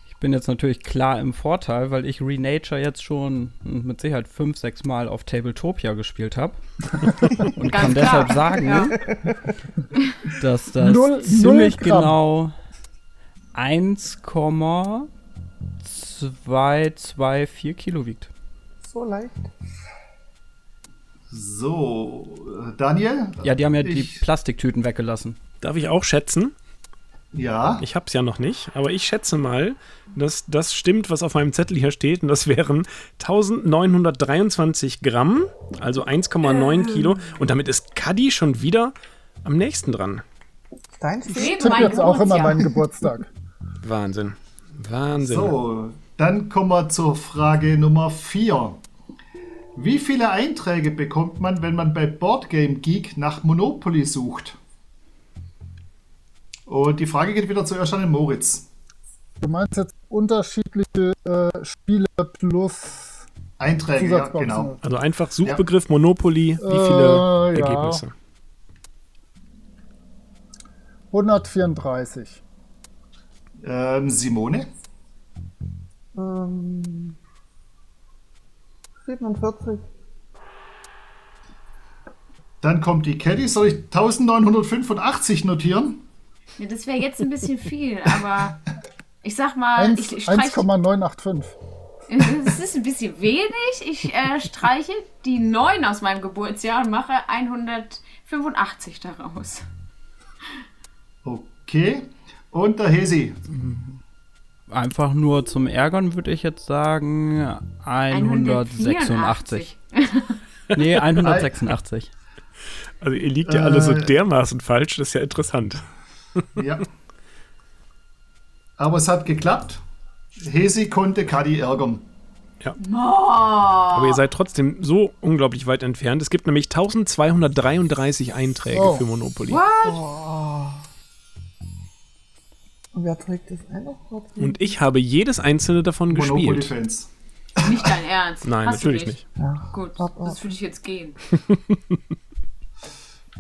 Speaker 3: Ich bin jetzt natürlich klar im Vorteil, weil ich Renature jetzt schon hm, mit Sicherheit fünf, sechs Mal auf Tabletopia gespielt habe. Und
Speaker 5: Ganz
Speaker 3: kann
Speaker 5: klar.
Speaker 3: deshalb sagen, ne?
Speaker 5: Ja.
Speaker 3: dass das
Speaker 6: Null-
Speaker 3: ziemlich
Speaker 6: null Gramm.
Speaker 3: genau 1,224 Kilo wiegt.
Speaker 7: So leicht.
Speaker 4: So, äh, Daniel?
Speaker 3: Ja, die haben ja
Speaker 4: Ich-
Speaker 3: die Plastiktüten weggelassen.
Speaker 2: Darf ich auch schätzen?
Speaker 4: Ja,
Speaker 2: Ich hab's ja noch nicht, aber ich schätze mal, dass das stimmt, was auf meinem Zettel hier steht. Und das wären 1923 Gramm, also 1,9 Kilo. Und damit ist Caddy schon wieder am nächsten dran.
Speaker 7: Dein
Speaker 5: Eben
Speaker 6: Tipp jetzt auch immer
Speaker 5: Geburtsjahr.
Speaker 6: meinen Geburtstag.
Speaker 2: Wahnsinn. Wahnsinn.
Speaker 4: so. Dann kommen wir zur Frage Nummer 4. Wie viele Einträge bekommt man, wenn man bei Boardgame Geek nach Monopoly sucht? Und die Frage geht wieder zuerst an den Moritz.
Speaker 6: Du meinst jetzt unterschiedliche äh, Spiele plus
Speaker 4: Einträge, ja,
Speaker 6: Zusatzboxen.
Speaker 4: genau.
Speaker 2: Also einfach Suchbegriff Monopoly, wie viele
Speaker 6: Äh, ja.
Speaker 2: Ergebnisse?
Speaker 6: 134.
Speaker 4: Ähm, Simone?
Speaker 7: Ähm, 47.
Speaker 4: Dann kommt die Caddy. Soll ich 1985 notieren?
Speaker 5: Ja, das wäre jetzt ein bisschen viel, aber ich sag mal,
Speaker 6: Eins-
Speaker 5: Äh, ich streiche.
Speaker 6: 1,985.
Speaker 5: Es ist ein bisschen wenig. Ich äh, streiche die 9 aus meinem Geburtsjahr und mache 185 daraus.
Speaker 4: Okay. Und der Hesi.
Speaker 3: Einfach nur zum Ärgern würde ich jetzt sagen 186. Nee, 186.
Speaker 2: Also ihr liegt ja alle so
Speaker 4: Äh.
Speaker 2: dermaßen falsch, das ist ja interessant.
Speaker 4: Ja. Aber es hat geklappt. Hesi konnte Kadi ärgern.
Speaker 5: Oh,
Speaker 4: Oh.
Speaker 2: Aber ihr seid trotzdem so unglaublich weit entfernt. Es gibt nämlich 1233 Einträge
Speaker 6: Oh.
Speaker 2: für Monopoly.
Speaker 7: Und wer trägt das ein? Oh Gott.
Speaker 2: Und ich habe jedes einzelne davon gespielt.
Speaker 4: Monopoly-Fans.
Speaker 5: Nicht dein Ernst.
Speaker 2: Nein,
Speaker 5: Hast du
Speaker 2: natürlich nicht.
Speaker 5: Gut,
Speaker 7: Ab, ab.
Speaker 5: das würde ich jetzt gehen.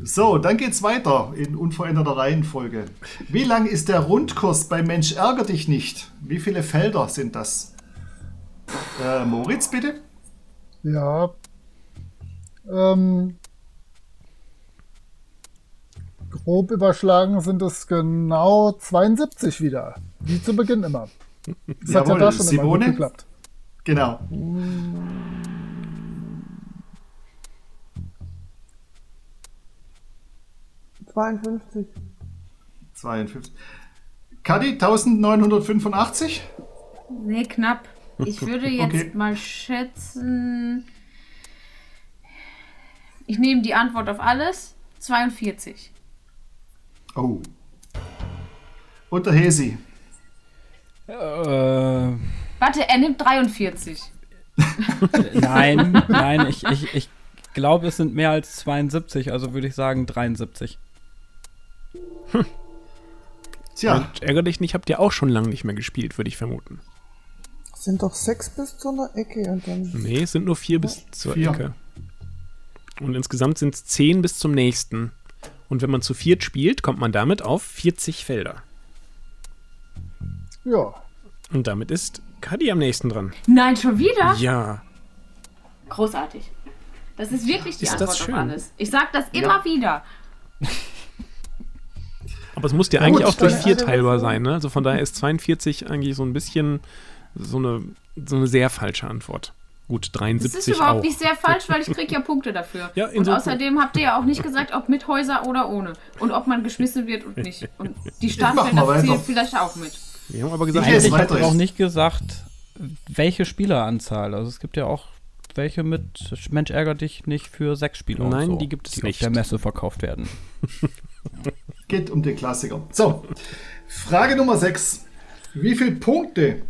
Speaker 4: So, dann geht's weiter in unveränderter Reihenfolge. Wie lang ist der Rundkurs bei Mensch ärger dich nicht? Wie viele Felder sind das? Äh, Moritz, bitte.
Speaker 6: Ja. Ähm, grob überschlagen sind es genau 72 wieder. Wie zu Beginn immer. Das hat ja
Speaker 4: Jawohl,
Speaker 6: da schon immer gut
Speaker 4: Simone?
Speaker 6: geklappt.
Speaker 4: Genau.
Speaker 7: Ab 52.
Speaker 4: 52. Kadi 1985?
Speaker 5: Nee, knapp. Ich würde jetzt
Speaker 4: Okay.
Speaker 5: mal schätzen. Ich nehme die Antwort auf alles. 42.
Speaker 4: Oh. Und der Hesi.
Speaker 3: Äh,
Speaker 5: Warte, er nimmt 43.
Speaker 3: nein, nein, ich, ich, ich glaube, es sind mehr als 72, also würde ich sagen 73.
Speaker 4: Tja,
Speaker 2: Und ärger dich nicht, habt ihr auch schon lange nicht mehr gespielt, würde ich vermuten.
Speaker 7: Es sind doch sechs bis zu einer Ecke und dann.
Speaker 2: Nee, es sind nur vier bis zur
Speaker 4: Oh, Vier.
Speaker 2: Ecke. Und insgesamt sind es zehn bis zum nächsten. Und wenn man zu viert spielt, kommt man damit auf 40 Felder.
Speaker 6: Ja.
Speaker 2: Und damit ist Kadi am nächsten dran.
Speaker 5: Nein, schon wieder?
Speaker 2: Ja.
Speaker 5: Großartig. Das ist wirklich die
Speaker 2: Ist das
Speaker 5: Antwort
Speaker 2: schön?
Speaker 5: auf alles. Ich sag das immer wieder.
Speaker 2: Aber es muss ja eigentlich
Speaker 6: gut,
Speaker 2: auch durch
Speaker 6: dann-
Speaker 2: vier teilbar sein, ne? Also von daher ist 42 eigentlich so ein bisschen so eine, so eine sehr falsche Antwort. Gut,
Speaker 5: Das
Speaker 2: 73
Speaker 5: ist überhaupt
Speaker 2: auch.
Speaker 5: nicht sehr falsch, weil ich kriege ja Punkte dafür.
Speaker 2: Ja,
Speaker 5: und
Speaker 2: insofern-
Speaker 5: außerdem habt ihr ja auch nicht gesagt, ob mit Häuser oder ohne. Und ob man geschmissen wird und nicht. Und die
Speaker 4: mach mal
Speaker 5: Startfelder zählen
Speaker 4: weiter.
Speaker 5: vielleicht auch mit.
Speaker 2: Wir haben aber gesagt,
Speaker 4: Ich-
Speaker 2: wir
Speaker 4: Jetzt
Speaker 3: Ich
Speaker 4: weiter
Speaker 3: habe auch
Speaker 4: ist.
Speaker 3: nicht gesagt, welche Spieleranzahl. Also es gibt ja auch welche mit Mensch ärger dich nicht für sechs Spieler
Speaker 2: Nein,
Speaker 3: und so,
Speaker 2: die gibt es
Speaker 3: die
Speaker 2: nicht.
Speaker 3: auf der Messe verkauft werden.
Speaker 4: Geht um den Klassiker. So, Frage Nummer 6. Wie viele Punkte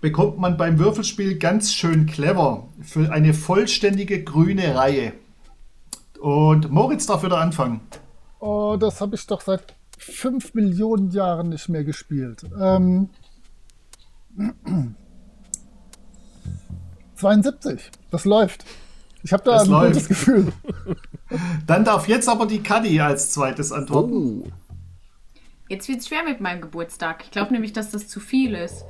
Speaker 4: bekommt man beim Würfelspiel ganz schön clever für eine vollständige grüne Reihe? Und Moritz darf wieder anfangen.
Speaker 6: Oh, das habe ich doch seit fünf Millionen Jahren nicht mehr gespielt. Ähm, 72. Das läuft. Ich habe da
Speaker 4: Das
Speaker 6: ein
Speaker 4: läuft.
Speaker 6: gutes Gefühl.
Speaker 4: Dann darf jetzt aber die Kadi als zweites antworten.
Speaker 5: Jetzt wird's schwer mit meinem Geburtstag. Ich glaube nämlich, dass das zu viel ist.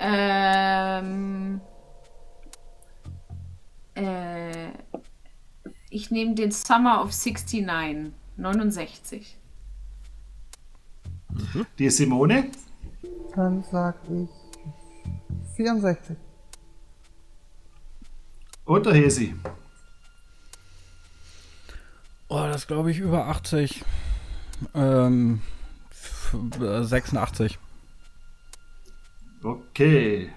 Speaker 5: Ähm. Äh, ich nehme den Summer of 69. 69.
Speaker 4: Die Simone,
Speaker 7: Dann sag ich 64.
Speaker 4: Und der Hesi.
Speaker 3: Oh, das glaube ich über 80. Ähm, f- äh, 86.
Speaker 4: Okay.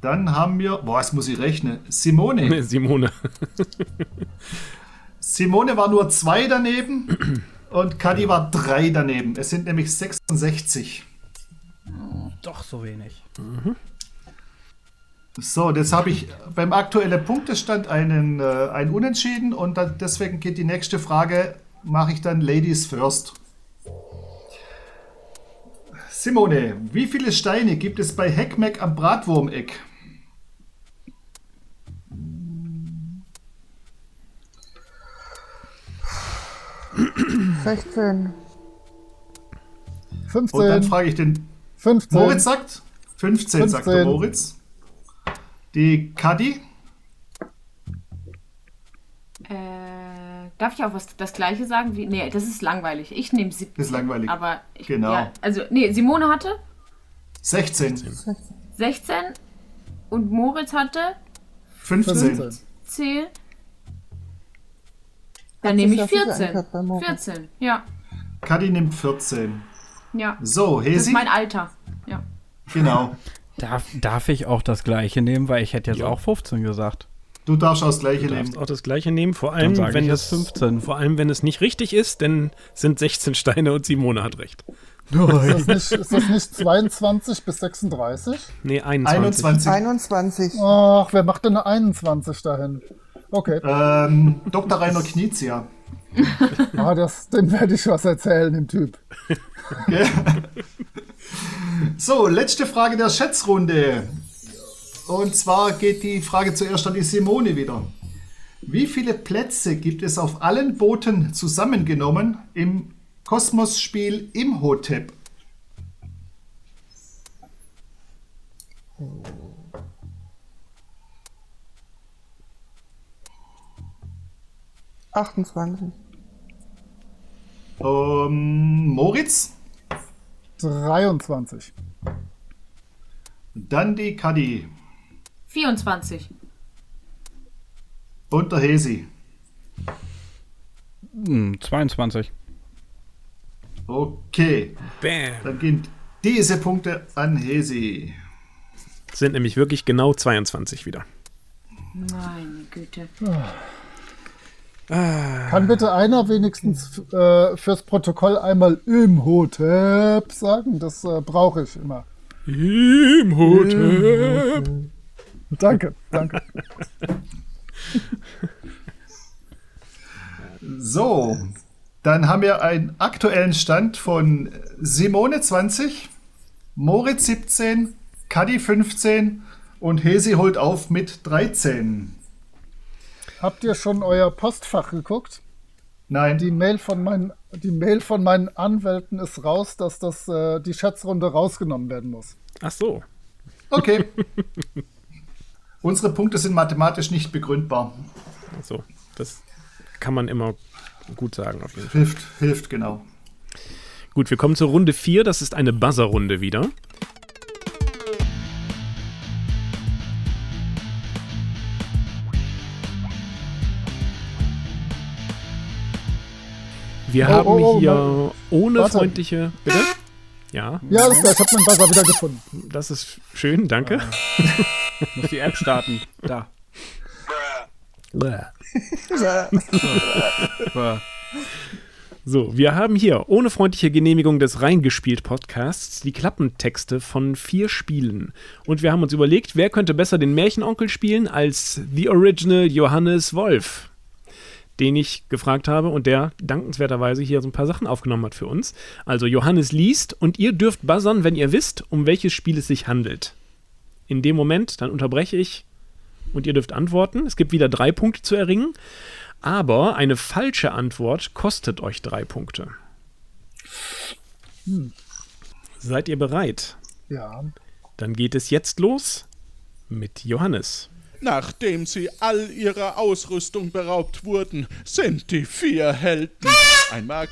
Speaker 4: Dann haben wir. Boah, jetzt muss ich rechnen. Simone.
Speaker 2: Simone.
Speaker 4: Simone war nur zwei daneben und Kadi war drei daneben. Es sind nämlich 66.
Speaker 3: Doch so wenig.
Speaker 4: So, jetzt habe ich beim aktuellen Punktestand einen, äh, einen Unentschieden und dann, deswegen geht die nächste Frage, mache ich dann Ladies first. Simone, wie viele Steine gibt es bei Heckmeck am Bratwurmeck?
Speaker 7: Sechzehn.
Speaker 4: Und
Speaker 6: 15.
Speaker 4: dann frage ich den
Speaker 6: 15.
Speaker 4: Moritz sagt 15, sagt der
Speaker 6: 15.
Speaker 4: Moritz. Die Kadi,
Speaker 5: Äh, darf ich auch was das gleiche sagen? Wie, nee, das ist langweilig. Ich nehme 70.
Speaker 4: Ist langweilig.
Speaker 5: Aber ich,
Speaker 4: Genau.
Speaker 5: ja, also, nee, Simone hatte
Speaker 4: 16.
Speaker 5: 16 und Moritz hatte
Speaker 4: 15.
Speaker 6: 15.
Speaker 5: 10. Dann nehme ich
Speaker 7: ist ja sicher
Speaker 5: 14.
Speaker 7: einkehrt bei Moritz.
Speaker 5: 14, ja.
Speaker 4: Kadi nimmt 14.
Speaker 5: Ja.
Speaker 4: So,
Speaker 5: Das ist
Speaker 4: Hesi,
Speaker 5: mein Alter. Ja.
Speaker 4: genau.
Speaker 3: Darf, darf ich auch das gleiche nehmen, weil ich hätte jetzt auch 15 gesagt.
Speaker 4: Du darfst auch das gleiche
Speaker 2: Du
Speaker 4: nehmen.
Speaker 2: darfst auch das gleiche nehmen, vor
Speaker 3: Dann
Speaker 2: allem,
Speaker 3: sage
Speaker 2: wenn
Speaker 3: ich
Speaker 2: das
Speaker 3: jetzt 15.
Speaker 2: Vor allem, wenn es nicht richtig ist, denn sind 16 Steine und Simone hat recht.
Speaker 6: Ist das, nicht, ist das nicht 22 bis 36?
Speaker 2: Nee, 21.
Speaker 4: 21.
Speaker 7: 21.
Speaker 6: Ach, wer macht denn eine 21 dahin? Okay,
Speaker 4: Ähm, Dr. Rainer Knizia.
Speaker 6: ah, das, dem werde ich was erzählen, dem Typ.
Speaker 4: So, letzte Frage der Schätzrunde. Und zwar geht die Frage zuerst an die Simone wieder. Wie viele Plätze gibt es auf allen Booten zusammengenommen im Kosmos-Spiel Imhotep?
Speaker 7: achtundzwanzig,
Speaker 4: Ähm, Moritz,
Speaker 6: 23.
Speaker 4: dann die Kadi
Speaker 5: 24.
Speaker 4: und der Hesi.
Speaker 3: Hm, 22.
Speaker 4: Okay,
Speaker 2: Bam.
Speaker 4: dann gehen diese Punkte an Hesi.
Speaker 2: Sind nämlich wirklich genau 22 wieder.
Speaker 5: Meine Güte.
Speaker 6: Kann bitte einer wenigstens äh, fürs Protokoll einmal im Hotep sagen? Das äh, brauche ich immer.
Speaker 2: Im Hotel.
Speaker 6: Danke, danke.
Speaker 4: So, dann haben wir einen aktuellen Stand von Simone 20, Moritz 17, Kadi 15 und Hesi holt auf mit 13.
Speaker 6: Habt ihr schon euer Postfach geguckt?
Speaker 4: Nein,
Speaker 6: Die Mail von meinen, die Mail von meinen Anwälten ist raus, dass das, äh, die Schätzrunde rausgenommen werden muss.
Speaker 2: Ach so.
Speaker 4: okay. Unsere Punkte sind mathematisch nicht begründbar.
Speaker 2: Ach so. Das kann man immer gut sagen, auf jeden Fall.
Speaker 4: Hilft, hilft genau.
Speaker 2: Gut, wir kommen zur Runde 4. Das ist eine Buzzer-Runde wieder. Wir
Speaker 6: Oh,
Speaker 2: haben
Speaker 6: oh, oh,
Speaker 2: hier
Speaker 6: mein-
Speaker 2: ohne
Speaker 6: Warte.
Speaker 2: freundliche. Bitte? Ja,
Speaker 6: Ja, das ist, ich habe meinen Buzzer wieder gefunden.
Speaker 2: das ist schön, danke.
Speaker 6: Ah.
Speaker 3: Muss die App starten. Da. Bäh.
Speaker 2: So, wir haben hier ohne freundliche Genehmigung des Reingespielt Podcasts die Klappentexte von vier Spielen. Und wir haben uns überlegt, wer könnte besser den Märchenonkel spielen als The Original Johannes Wolf, den ich gefragt habe und der dankenswerterweise hier so ein paar Sachen aufgenommen hat für uns. Also Johannes liest und ihr dürft buzzern, wenn ihr wisst, um welches Spiel es sich handelt. In dem Moment, dann unterbreche ich und ihr dürft antworten. Es gibt wieder drei Punkte zu erringen. Aber eine falsche Antwort kostet euch drei Punkte.
Speaker 6: Hm.
Speaker 2: Seid ihr bereit?
Speaker 6: Ja.
Speaker 2: Dann geht es jetzt los mit Johannes.
Speaker 8: Nachdem sie all ihrer Ausrüstung beraubt wurden, sind die vier Helden. Ein Mag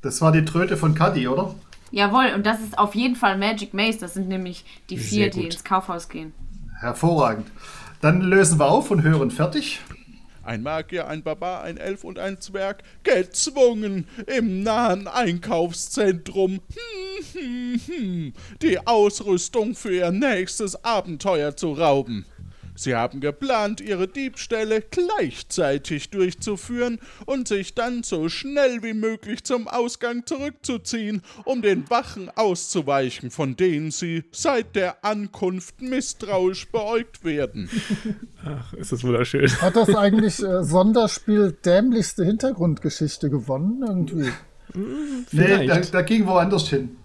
Speaker 4: Das war die Tröte von Cuddy, oder?
Speaker 5: Jawohl, und das ist auf jeden Fall Magic Maze. Das sind nämlich die vier, die ins Kaufhaus gehen.
Speaker 4: Hervorragend. Dann lösen wir auf und hören fertig.
Speaker 8: ein Magier, ein Barbar, ein Elf und ein Zwerg gezwungen im nahen Einkaufszentrum hm, hm, hm, die Ausrüstung für ihr nächstes Abenteuer zu rauben. Sie haben geplant, ihre Diebstähle gleichzeitig durchzuführen und sich dann so schnell wie möglich zum Ausgang zurückzuziehen, um den Wachen auszuweichen, von denen sie seit der Ankunft misstrauisch beäugt werden.
Speaker 2: Ach, ist das wunderschön.
Speaker 6: Hat das eigentlich äh, Sonderspiel dämlichste Hintergrundgeschichte gewonnen? Irgendwie.
Speaker 4: Nee, da,
Speaker 2: Vielleicht.
Speaker 4: da ging woanders hin.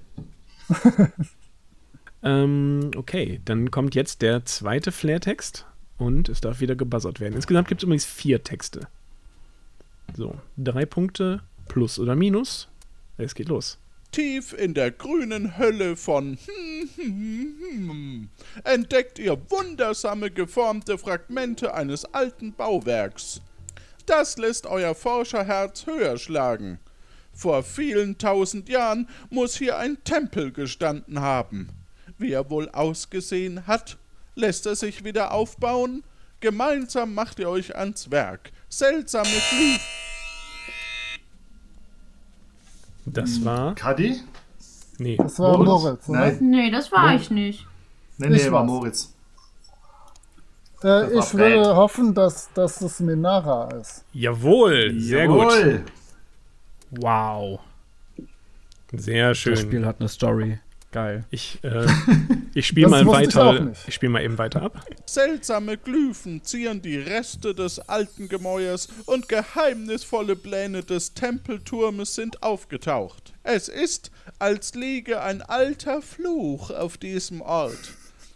Speaker 2: Ähm, okay, dann kommt jetzt der zweite Flair-Text und es darf wieder gebuzzert werden. Insgesamt gibt es übrigens vier Texte. So, drei Punkte plus oder minus. Es geht los.
Speaker 8: Tief in der grünen Hölle von hm, hm, hm, entdeckt ihr wundersame geformte Fragmente eines alten Bauwerks. Das lässt euer Forscherherz höher schlagen. Vor vielen tausend Jahren muss hier ein Tempel gestanden haben. Wie er wohl ausgesehen hat, lässt er sich wieder aufbauen. Gemeinsam macht ihr euch ans Werk. Seltsame Flüche.
Speaker 2: Das war.
Speaker 4: Cuddy?
Speaker 2: Nee.
Speaker 6: Hm. Das war Moritz. ne? Äh, oder?
Speaker 4: Nein,
Speaker 5: Nee, das war ich nicht.
Speaker 4: nee, nee,
Speaker 6: Ich
Speaker 4: war
Speaker 6: war's.
Speaker 4: Moritz.
Speaker 6: Äh,
Speaker 4: war
Speaker 6: ich würde
Speaker 4: Brad.
Speaker 6: hoffen, dass, dass es Menara ist.
Speaker 2: Jawohl, sehr gut.
Speaker 4: Jawohl.
Speaker 3: Wow.
Speaker 2: Sehr
Speaker 3: Das
Speaker 2: schön.
Speaker 3: Spiel hat eine Story. Geil.
Speaker 2: Ich, äh, ich spiele
Speaker 6: Das
Speaker 2: mal
Speaker 6: wusste ich auch
Speaker 2: weiter.
Speaker 6: nicht.
Speaker 2: Ich spiele mal eben weiter ab.
Speaker 8: Seltsame Glyphen zieren die Reste des alten Gemäuers und geheimnisvolle Pläne des Tempelturmes sind aufgetaucht. Es ist, als liege ein alter Fluch auf diesem Ort.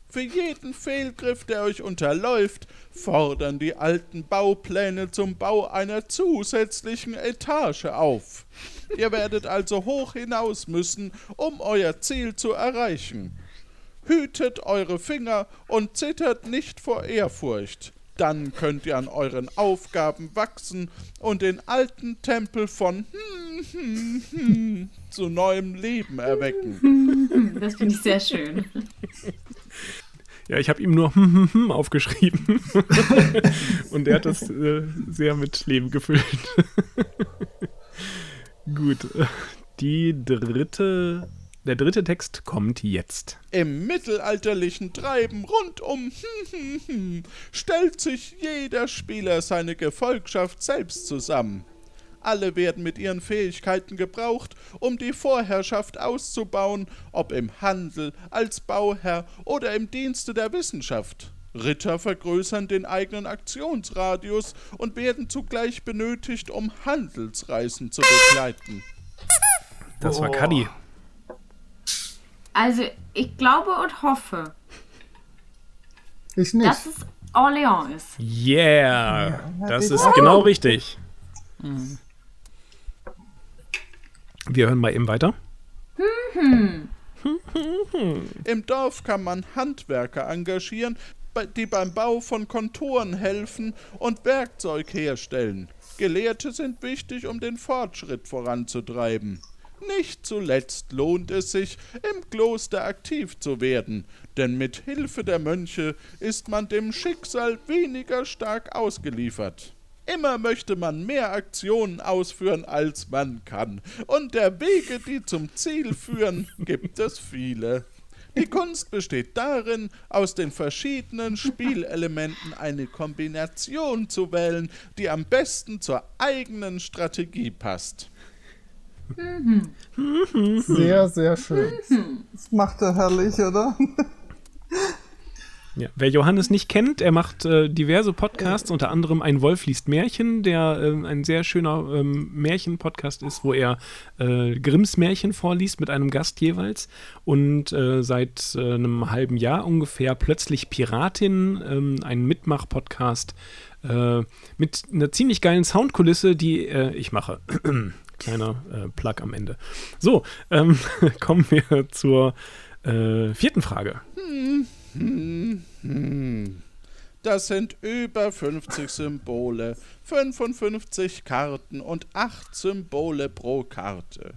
Speaker 8: Für jeden Fehlgriff, der euch unterläuft, fordern die alten Baupläne zum Bau einer zusätzlichen Etage auf. Ihr werdet also hoch hinaus müssen, um euer Ziel zu erreichen. Hütet eure Finger und zittert nicht vor Ehrfurcht. Dann könnt ihr an euren Aufgaben wachsen und den alten Tempel von hm, hm, hm, zu neuem Leben erwecken.
Speaker 5: Das finde ich sehr schön.
Speaker 2: Ja, ich habe ihm nur hm, hm, hm aufgeschrieben. Und er hat das äh, sehr mit Leben gefüllt. Gut. äh, Die dritte, der dritte Text kommt jetzt.
Speaker 8: Im mittelalterlichen Treiben rund um hm, hm, hm, stellt sich jeder Spieler seine Gefolgschaft selbst zusammen. Alle werden mit ihren Fähigkeiten gebraucht, um die Vorherrschaft auszubauen, ob im Handel, als Bauherr oder im Dienste der Wissenschaft. Ritter vergrößern den eigenen Aktionsradius und werden zugleich benötigt, um Handelsreisen zu begleiten.
Speaker 2: Das
Speaker 6: Oh.
Speaker 2: war Cuddy.
Speaker 5: Also, ich glaube und hoffe,
Speaker 6: Ich nicht.
Speaker 5: dass es Orléans ist.
Speaker 2: Yeah! Das ist genau richtig.
Speaker 6: Mhm.
Speaker 2: Wir hören mal eben weiter.
Speaker 8: Im Dorf kann man Handwerker engagieren, bei- die beim Bau von Kontoren helfen und Werkzeug herstellen. Gelehrte sind wichtig, um den Fortschritt voranzutreiben. Nicht zuletzt lohnt es sich, im Kloster aktiv zu werden, denn mit Hilfe der Mönche ist man dem Schicksal weniger stark ausgeliefert. Immer möchte man mehr Aktionen ausführen, als man kann, und der Wege, die zum Ziel führen, gibt es viele. Die Kunst besteht darin, aus den verschiedenen Spielelementen eine Kombination zu wählen, die am besten zur eigenen Strategie passt.
Speaker 5: hm.
Speaker 6: Sehr, sehr schön.
Speaker 7: Das macht er herrlich, oder?
Speaker 2: Ja. Wer Johannes nicht kennt, er macht äh, diverse Podcasts, unter anderem Ein Wolf liest Märchen, der ähm, ein sehr schöner ähm, Märchen-Podcast ist, wo er äh, Grimms Märchen vorliest mit einem Gast jeweils und äh, seit äh, einem halben Jahr ungefähr plötzlich Piratin, ähm, ein Mitmach-Podcast äh, mit einer ziemlich geilen Soundkulisse, die äh, ich mache. Kleiner äh, Plug am Ende. So, ähm, kommen wir zur äh, vierten Frage.
Speaker 8: Hm, hm. Das sind über 50 Symbole, 55 Karten und 8 Symbole pro Karte.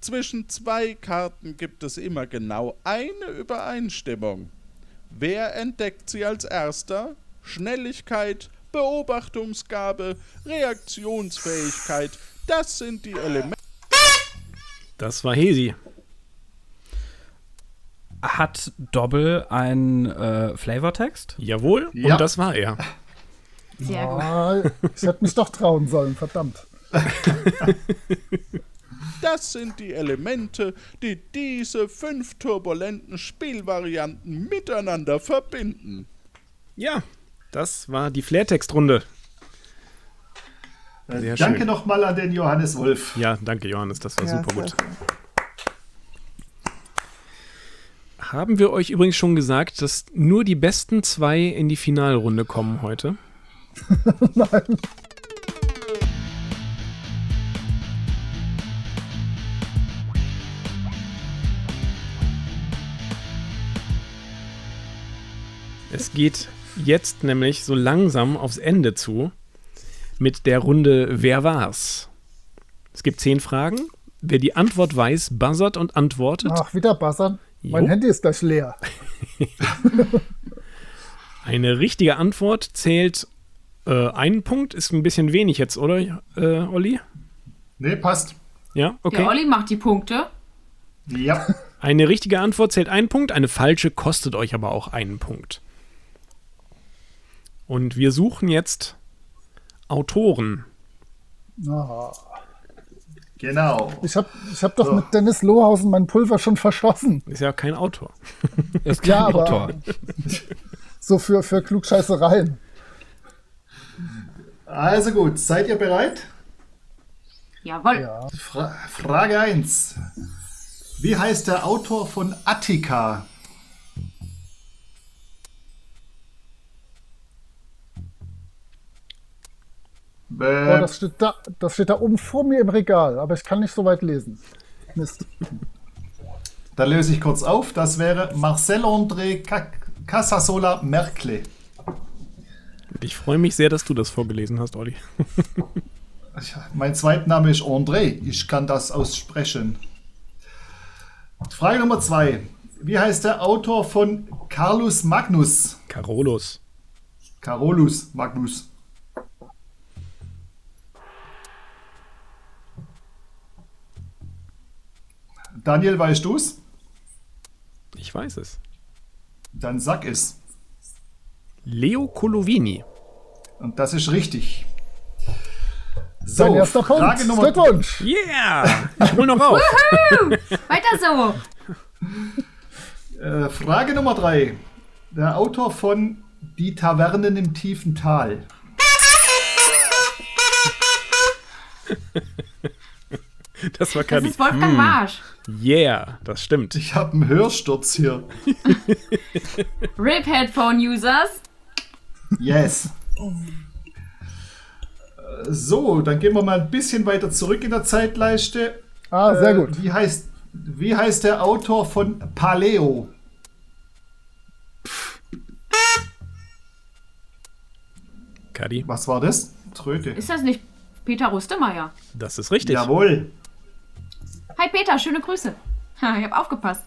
Speaker 8: Zwischen zwei Karten gibt es immer genau eine Übereinstimmung. Wer entdeckt sie als erster? Schnelligkeit, Beobachtungsgabe, Reaktionsfähigkeit, das sind die Elemente.
Speaker 2: Das war Hesi.
Speaker 3: Hat Doppel einen äh, Flavortext?
Speaker 2: Jawohl,
Speaker 4: Ja.
Speaker 2: und das war er.
Speaker 5: Sehr gut.
Speaker 6: Ah, ich hätte mich doch trauen sollen, verdammt.
Speaker 8: Das sind die Elemente, die diese fünf turbulenten Spielvarianten miteinander verbinden.
Speaker 2: Ja, das war die Flairtextrunde. Sehr
Speaker 4: Danke
Speaker 2: schön.
Speaker 4: nochmal an den Johannes Wolf.
Speaker 2: Ja, danke Johannes, das war
Speaker 7: Ja,
Speaker 2: super gut.
Speaker 7: sehr schön.
Speaker 2: Haben wir euch übrigens schon gesagt, dass nur die besten zwei in die Finalrunde kommen heute? Es geht jetzt nämlich so langsam aufs Ende zu mit der Runde Wer war's? Es gibt zehn Fragen. Wer die Antwort weiß, buzzert und antwortet.
Speaker 6: Ach, wieder buzzern. Mein
Speaker 2: Jo.
Speaker 6: Handy ist gleich leer.
Speaker 2: Eine richtige Antwort zählt äh, einen Punkt. Ist ein bisschen wenig jetzt, oder, äh, Olli?
Speaker 4: Nee, passt.
Speaker 2: Ja, okay.
Speaker 5: Der Olli macht die Punkte.
Speaker 4: Ja.
Speaker 2: Eine richtige Antwort zählt einen Punkt, eine falsche kostet euch aber auch einen Punkt. Und wir suchen jetzt Autoren.
Speaker 6: Ah,
Speaker 4: Genau.
Speaker 6: ich habe ich hab doch mit Dennis Lohausen mein Pulver schon verschossen.
Speaker 2: Ist ja kein Autor.
Speaker 3: Ist
Speaker 6: Ja, aber- So für, für Klugscheißereien.
Speaker 4: Also gut, seid ihr bereit?
Speaker 5: Jawohl.
Speaker 6: Ja.
Speaker 4: Fra Frage 1. Wie heißt der Autor von Attika?
Speaker 6: Oh,
Speaker 4: Bäh,
Speaker 6: das, steht da, das steht da oben vor mir im Regal, aber ich kann nicht so weit lesen. Mist.
Speaker 4: dann löse ich kurz auf. Das wäre Marcel-André Ca- Casasola Merkle.
Speaker 2: Und Ich freue mich sehr, dass du das vorgelesen hast, Olli.
Speaker 4: Ich- Mein Zweitname ist André. Ich kann das aussprechen. Frage Nummer 2. Wie heißt der Autor von Carlus Magnus?
Speaker 2: Carolus.
Speaker 4: Carolus Magnus. Daniel, weißt du's?
Speaker 2: Ich weiß es.
Speaker 4: Dann sag es.
Speaker 2: Leo Colovini.
Speaker 4: Und das ist richtig. So,
Speaker 6: Dein erster Punkt.
Speaker 4: Frage Nummer
Speaker 6: Glückwunsch.
Speaker 2: Yeah! Ich hol noch auf.
Speaker 5: Weiter so.
Speaker 4: Äh, Frage Nummer 3. Der Autor von Die Tavernen im tiefen Tal.
Speaker 2: Das war
Speaker 5: Das
Speaker 2: Kadi.
Speaker 5: ist Wolfgang Marsch.
Speaker 2: Yeah, das stimmt.
Speaker 4: Ich habe einen Hörsturz hier.
Speaker 5: RIP Headphone Users.
Speaker 4: Yes. Äh, So, dann gehen wir mal ein bisschen weiter zurück in der Zeitleiste.
Speaker 6: Ah, sehr
Speaker 4: Äh,
Speaker 6: gut.
Speaker 4: Wie heißt, wie heißt der Autor von Paleo?
Speaker 2: Kadi.
Speaker 4: Was war das? Tröte.
Speaker 5: Ist das nicht Peter Rüstemeier.
Speaker 2: Das ist richtig.
Speaker 4: Jawohl.
Speaker 5: Hi Peter, schöne Grüße. Ha, ich habe aufgepasst.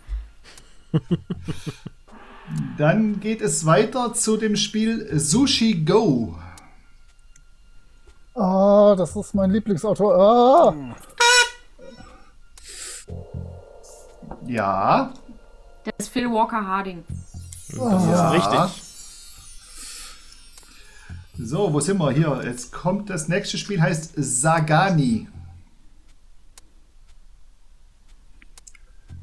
Speaker 4: Dann geht es weiter zu dem Spiel Sushi Go.
Speaker 6: Ah, das ist mein Lieblingsautor. Ah,
Speaker 4: Hm. Ja,
Speaker 5: Das ist Phil Walker Harding.
Speaker 2: Richtig.
Speaker 4: so, wo sind wir hier? Jetzt kommt das nächste Spiel, heißt Sagani.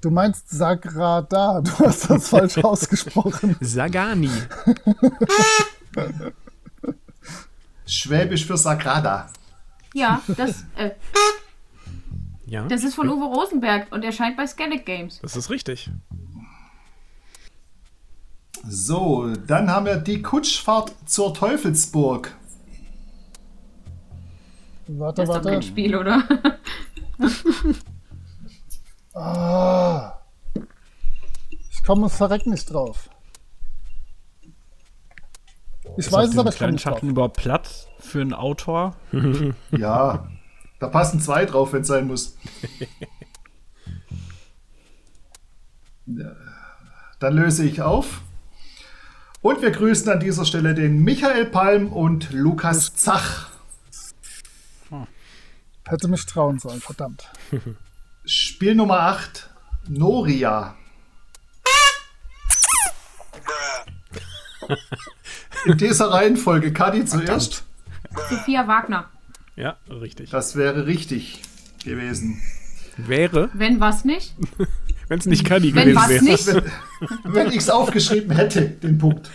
Speaker 6: du meinst Sagrada. Du hast das falsch ausgesprochen.
Speaker 2: Sagani.
Speaker 4: Schwäbisch für Sagrada.
Speaker 5: Ja, das, äh,
Speaker 2: Ja,
Speaker 5: das ist von Uwe Rosenberg und erscheint bei Scannic Games.
Speaker 2: das ist richtig.
Speaker 4: So, dann haben wir die Kutschfahrt zur Teufelsburg.
Speaker 6: Warte,
Speaker 5: Das ist doch kein
Speaker 6: warte.
Speaker 5: Spiel, oder?
Speaker 6: Ah. Ich komme ums Verrecken nicht drauf. Ich weiß es, aber ich komme
Speaker 3: kleinen
Speaker 6: nicht drauf.
Speaker 3: Schatten überhaupt Platz für einen Autor?
Speaker 4: Ja, da passen zwei drauf, wenn es sein muss. Ja, Dann löse ich auf. Und wir grüßen an dieser Stelle den Michael Palm und Lukas Zach.
Speaker 6: Hätte mich trauen sollen, verdammt.
Speaker 4: Spiel Nummer 8, Noria. In dieser Reihenfolge, Kadi zuerst.
Speaker 5: Sophia Wagner.
Speaker 2: Ja, richtig.
Speaker 4: Das wäre richtig gewesen.
Speaker 2: Wäre,
Speaker 5: Wenn was nicht,
Speaker 2: wenn es nicht Kadi
Speaker 5: wenn
Speaker 2: gewesen
Speaker 5: was
Speaker 2: wäre.
Speaker 5: nicht,
Speaker 4: Wenn ich es aufgeschrieben hätte, den Punkt.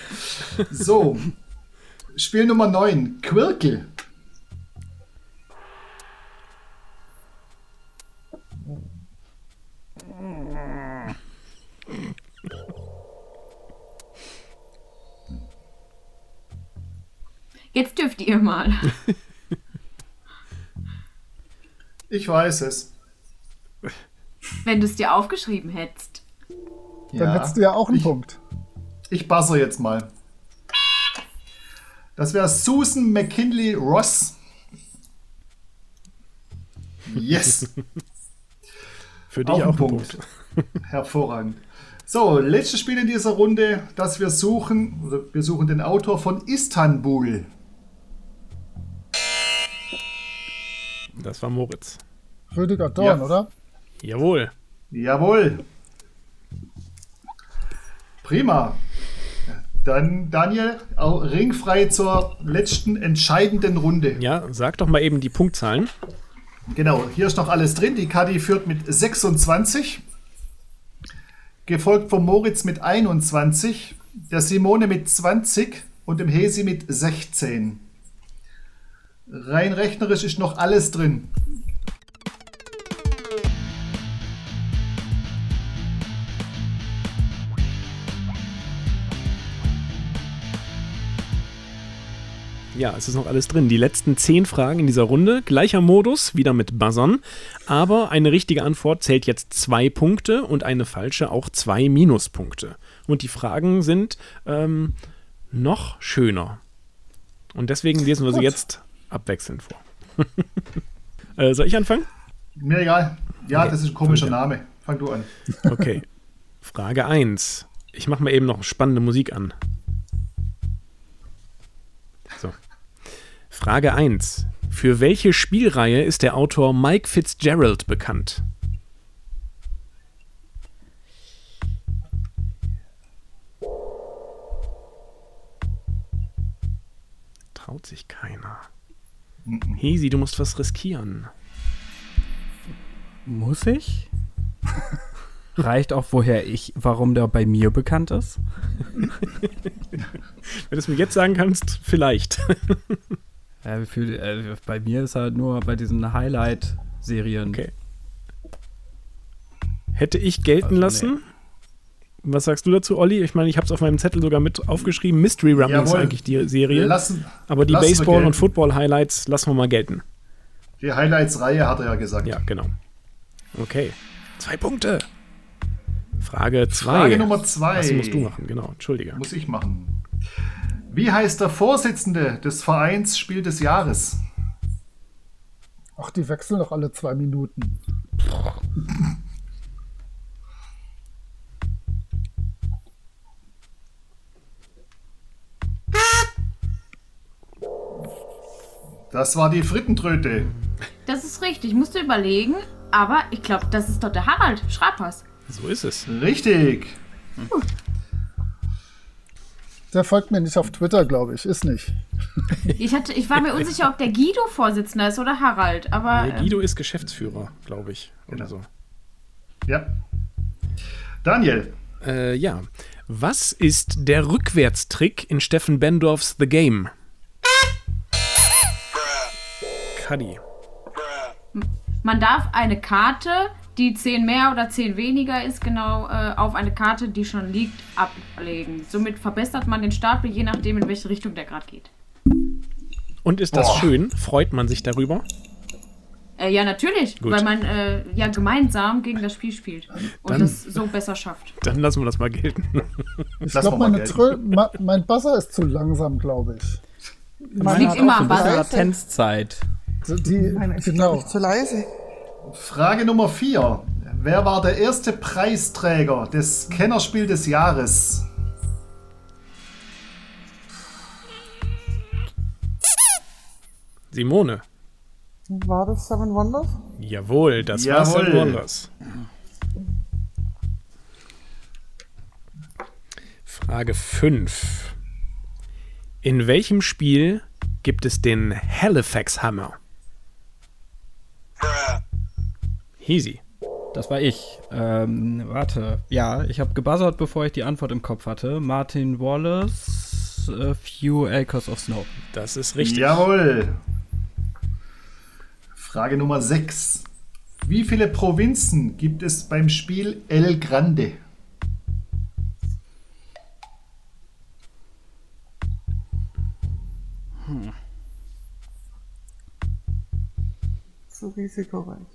Speaker 4: So. Spiel Nummer 9, Quirkel.
Speaker 5: jetzt dürft ihr mal.
Speaker 4: Ich weiß es.
Speaker 5: Wenn du es dir aufgeschrieben hättest.
Speaker 6: Dann
Speaker 4: Ja.
Speaker 6: hättest du ja auch einen
Speaker 4: Ich-
Speaker 6: Punkt.
Speaker 4: Ich buzzer jetzt mal. Das wäre Susan McKinley Ross. Yes.
Speaker 2: Für dich
Speaker 4: Auch
Speaker 2: auch,
Speaker 4: ein
Speaker 2: ein
Speaker 4: Punkt.
Speaker 2: Punkt.
Speaker 4: Hervorragend. So, letztes Spiel in dieser Runde, das wir suchen. oder Wir suchen den Autor von Istanbul.
Speaker 2: Das war Moritz.
Speaker 6: Rüdiger Dorn,
Speaker 4: Ja.
Speaker 6: oder?
Speaker 2: Jawohl.
Speaker 4: Jawohl. Prima. Dann Daniel, au- ringfrei zur letzten entscheidenden Runde.
Speaker 2: Ja, sag doch mal eben die Punktzahlen.
Speaker 4: Genau, hier ist noch alles drin. Die Kadi führt mit 26, gefolgt vom Moritz mit 21, der Simone mit 20 und dem Hesi mit 16. Rein rechnerisch ist noch alles drin.
Speaker 2: Ja, es ist noch alles drin. Die letzten zehn Fragen in dieser Runde. Gleicher Modus, wieder mit Buzzern. Aber eine richtige Antwort zählt jetzt zwei Punkte und eine falsche auch zwei Minuspunkte. Und die Fragen sind ähm, noch schöner. Und deswegen lesen wir sie jetzt abwechselnd vor. äh, soll ich anfangen?
Speaker 4: Mir egal. Ja,
Speaker 2: Okay,
Speaker 4: das ist ein komischer
Speaker 2: fang ich
Speaker 4: Name. Fang du an.
Speaker 2: Okay. Frage 1. Ich mache mal eben noch spannende Musik an. So. Frage 1. Für welche Spielreihe ist der Autor Mike Fitzgerald bekannt? Traut sich keiner. Hesi, du musst was riskieren.
Speaker 3: Muss ich? Reicht auch, woher ich, warum der bei mir bekannt ist?
Speaker 2: Wenn du es mir jetzt sagen kannst, vielleicht.
Speaker 3: Äh, für, äh, bei mir ist er nur bei diesen Highlight-Serien.
Speaker 2: Okay. Hätte ich gelten
Speaker 3: Also, nee.
Speaker 2: lassen. Was sagst du dazu, Olli? Ich meine, ich habe es auf meinem Zettel sogar mit aufgeschrieben. Mystery Rumble ist
Speaker 4: Jawohl.
Speaker 2: eigentlich die Serie.
Speaker 4: Lassen,
Speaker 2: aber die
Speaker 4: lassen wir
Speaker 2: Baseball- und
Speaker 4: gelten.
Speaker 2: Football-Highlights lassen wir mal gelten.
Speaker 4: Die Highlights-Reihe hat er ja gesagt.
Speaker 2: Ja, genau. Okay. Zwei Punkte. Frage zwei.
Speaker 4: Frage Nummer zwei.
Speaker 2: Das musst du machen, genau. Entschuldige.
Speaker 4: Muss ich machen. Wie heißt der Vorsitzende des Vereins Spiel des Jahres?
Speaker 6: Ach, die wechseln doch alle zwei Minuten.
Speaker 4: Das war die Frittentröte.
Speaker 5: Das ist richtig, musst du überlegen. Aber ich glaube, das ist doch der Harald Schrapers.
Speaker 2: So ist es.
Speaker 4: Richtig.
Speaker 6: Der folgt mir nicht auf Twitter, glaube ich. Ist nicht.
Speaker 5: Ich, hatte, ich war mir unsicher, ob der Guido Vorsitzender ist oder Harald. Aber äh,
Speaker 2: Der Guido ist Geschäftsführer, glaube ich. Oder
Speaker 4: Genau.
Speaker 2: so.
Speaker 4: Ja. Daniel,
Speaker 2: Äh, ja. Was ist der Rückwärtstrick in Steffen Bendorfs The Game? Cuddy.
Speaker 5: ähm, man darf eine Karte, die 10 mehr oder 10 weniger ist, genau äh, auf eine Karte, die schon liegt, ablegen. Somit verbessert man den Stapel, je nachdem, in welche Richtung der gerade geht.
Speaker 2: Und ist das schön? Freut man sich darüber?
Speaker 5: Äh, ja, natürlich,
Speaker 2: Gut.
Speaker 5: weil man äh, ja gemeinsam gegen das Spiel spielt und
Speaker 2: Dann-
Speaker 5: das so besser schafft.
Speaker 2: Dann lassen wir das mal gelten.
Speaker 6: Ich
Speaker 4: Lass
Speaker 6: glaube,
Speaker 4: mal
Speaker 6: meine
Speaker 4: gelten.
Speaker 6: Trö- ma mein Buzzer ist zu langsam, glaube ich.
Speaker 3: Meine
Speaker 5: liegt
Speaker 3: hat
Speaker 5: immer
Speaker 3: auch so
Speaker 5: am
Speaker 3: ein bisschen
Speaker 5: Ball.
Speaker 3: Latenzzeit.
Speaker 6: Die,
Speaker 7: Nein, ich genau.
Speaker 6: genau.
Speaker 7: ich zu leise.
Speaker 4: Frage Nummer 4. Wer war der erste Preisträger des Kennerspiel des Jahres?
Speaker 2: Simone.
Speaker 7: War das Seven Wonders?
Speaker 2: Jawohl, das war
Speaker 4: Jawohl.
Speaker 2: Seven Wonders. Frage 5. In welchem Spiel gibt es den Halifax Hammer? Easy.
Speaker 3: Das war ich. Ähm, warte. Ja, ich habe gebuzzert, bevor ich die Antwort im Kopf hatte. Martin Wallace, A Few Acres of Snow.
Speaker 2: Das ist richtig.
Speaker 4: Jawohl. Frage Nummer 6. Wie viele Provinzen gibt es beim Spiel El Grande?
Speaker 7: Zu risikoreich.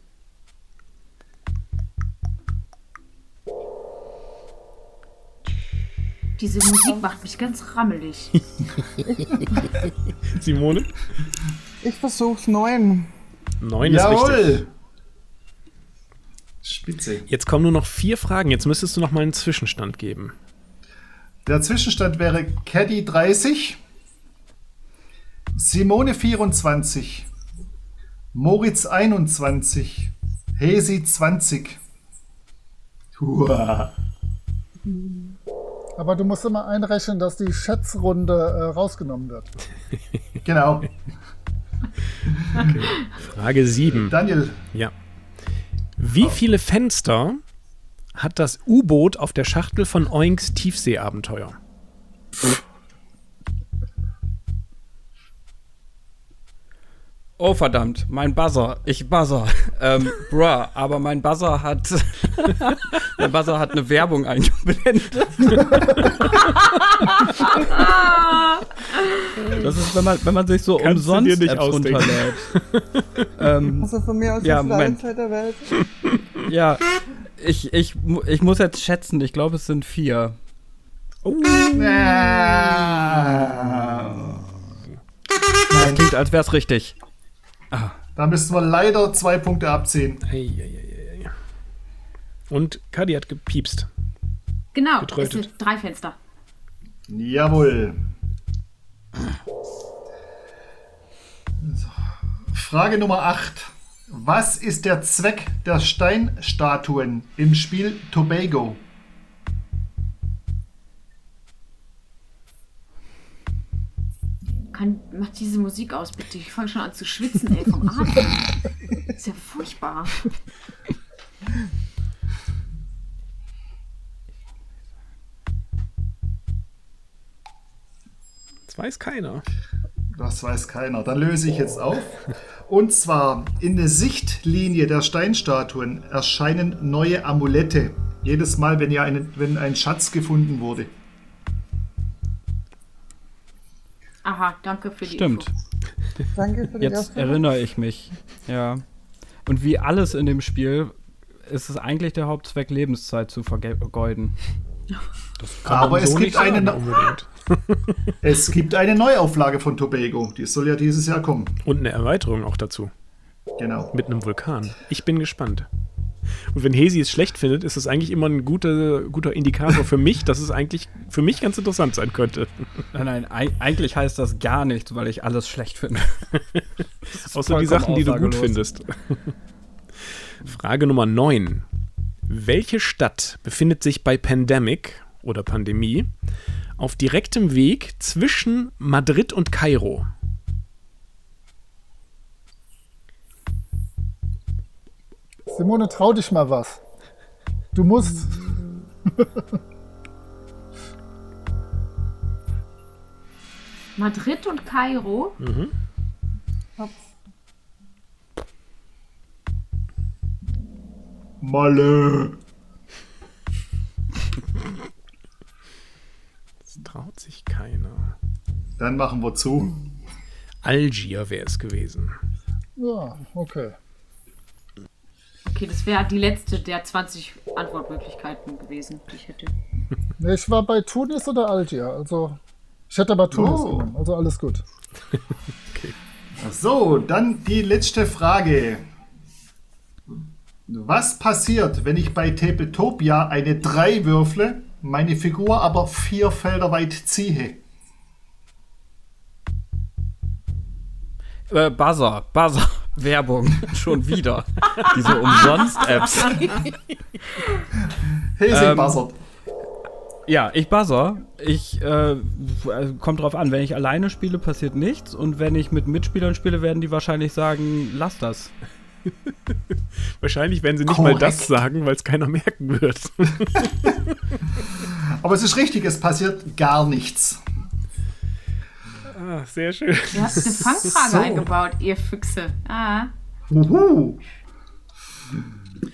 Speaker 5: Diese Musik macht mich ganz rammelig.
Speaker 2: Simone?
Speaker 7: Ich versuch's neun.
Speaker 2: Neun ist richtig.
Speaker 4: Jawohl. Spitze.
Speaker 2: Jetzt kommen nur noch vier Fragen. Jetzt müsstest du noch mal einen Zwischenstand geben.
Speaker 4: Der Zwischenstand wäre Caddy 30, Simone 24, Moritz 21, Hesi 20. Hua.
Speaker 6: Aber du musst immer einrechnen, dass die Schätzrunde äh, rausgenommen wird.
Speaker 4: Genau.
Speaker 2: Frage 7.
Speaker 4: Daniel,
Speaker 2: Ja.
Speaker 4: Oh.
Speaker 2: Wie viele Fenster hat das U-Boot auf der Schachtel von Oinks Tiefseeabenteuer?
Speaker 3: Oh verdammt, mein Buzzer. Ich buzzer. Ähm, bruh, aber mein Buzzer hat. mein Buzzer hat eine Werbung eingeblendet. das ist, wenn man, wenn man sich so
Speaker 2: Kannst du dir
Speaker 3: umsonst
Speaker 2: nicht
Speaker 3: Apps
Speaker 2: ausdenken.
Speaker 3: runterlädt. ähm,
Speaker 7: Also von mir aus
Speaker 3: Ja,
Speaker 7: ist
Speaker 3: Moment.
Speaker 7: Zeit der Welt.
Speaker 3: ja. Ich, ich, mu- ich muss jetzt schätzen, ich glaube, es sind vier.
Speaker 2: Oh.
Speaker 3: Das klingt, als wäre es richtig.
Speaker 4: da müssen wir leider zwei Punkte abziehen.
Speaker 2: Eieieiei. Und Kadi hat gepiepst.
Speaker 5: Genau,
Speaker 2: Getrötet.
Speaker 5: es sind drei Fenster.
Speaker 4: Jawohl. So. Frage Nummer 8. Was ist der Zweck der Steinstatuen im Spiel Tobago?
Speaker 5: Kann, mach diese Musik aus, bitte. Ich fange schon an zu schwitzen, ey, vom Atmen. Ist ja furchtbar.
Speaker 2: Das weiß keiner.
Speaker 4: Das weiß keiner. Dann löse ich jetzt auf. Und zwar in der Sichtlinie der Steinstatuen erscheinen neue Amulette. Jedes Mal, wenn, ihr einen, wenn ein Schatz gefunden wurde.
Speaker 5: Aha, danke für die
Speaker 3: Stimmt.
Speaker 5: Info.
Speaker 7: Danke für die
Speaker 3: Jetzt
Speaker 7: erste.
Speaker 3: erinnere ich mich. Ja. Und wie alles in dem Spiel ist es eigentlich der Hauptzweck, Lebenszeit zu vergeuden.
Speaker 4: Aber es
Speaker 2: so
Speaker 4: gibt,
Speaker 2: nicht sagen,
Speaker 4: eine,
Speaker 2: unbedingt.
Speaker 4: es gibt eine Neuauflage von Tobago. Die soll ja dieses Jahr kommen.
Speaker 2: Und eine Erweiterung auch dazu.
Speaker 4: Genau.
Speaker 2: mit einem Vulkan. Ich bin gespannt. Und wenn Hesi es schlecht findet, ist es eigentlich immer ein guter, guter Indikator für mich, dass es eigentlich für mich ganz interessant sein könnte.
Speaker 3: Nein, nein, ei- eigentlich heißt das gar nichts, weil ich alles schlecht finde.
Speaker 2: Außer die
Speaker 3: vollkommen
Speaker 2: Sachen, die du gut
Speaker 3: aussagelos.
Speaker 2: findest. Frage Nummer 9. Welche Stadt befindet sich bei Pandemic oder Pandemie auf direktem Weg zwischen Madrid und Kairo?
Speaker 6: Simone, trau dich mal was. Du musst.
Speaker 5: Madrid und Kairo.
Speaker 4: Malle.
Speaker 2: Es traut sich keiner.
Speaker 4: Dann machen wir zu.
Speaker 2: Algier wäre es gewesen.
Speaker 6: Ja, okay.
Speaker 5: Okay, das wäre die letzte der 20 Antwortmöglichkeiten gewesen, die ich hätte.
Speaker 6: Nee, Ich war bei Tunis oder Algier. Also, ich hätte aber Tunis
Speaker 4: Oh.
Speaker 6: genommen. Also alles gut.
Speaker 4: So, dann die letzte Frage. Was passiert, wenn ich bei Tepetopia eine 3 würfle, meine Figur aber vier Felder weit ziehe?
Speaker 3: äh, Buzzer, Buzzer, Werbung, schon wieder. Diese Umsonst-Apps.
Speaker 4: Hesi
Speaker 3: Ähm,
Speaker 4: buzzert.
Speaker 3: Ja, ich buzzer. Ich, äh, w- kommt drauf an, wenn ich alleine spiele, passiert nichts. Und wenn ich mit Mitspielern spiele, werden die wahrscheinlich sagen, lass das.
Speaker 2: Wahrscheinlich werden sie nicht mal
Speaker 4: Korrekt.
Speaker 2: das sagen, weil es keiner merken wird.
Speaker 4: Aber es ist richtig, es passiert gar nichts.
Speaker 2: Ach, sehr schön.
Speaker 5: Du hast eine Fangfrage
Speaker 4: So.
Speaker 5: eingebaut, ihr Füchse. Ah.
Speaker 4: Uhu.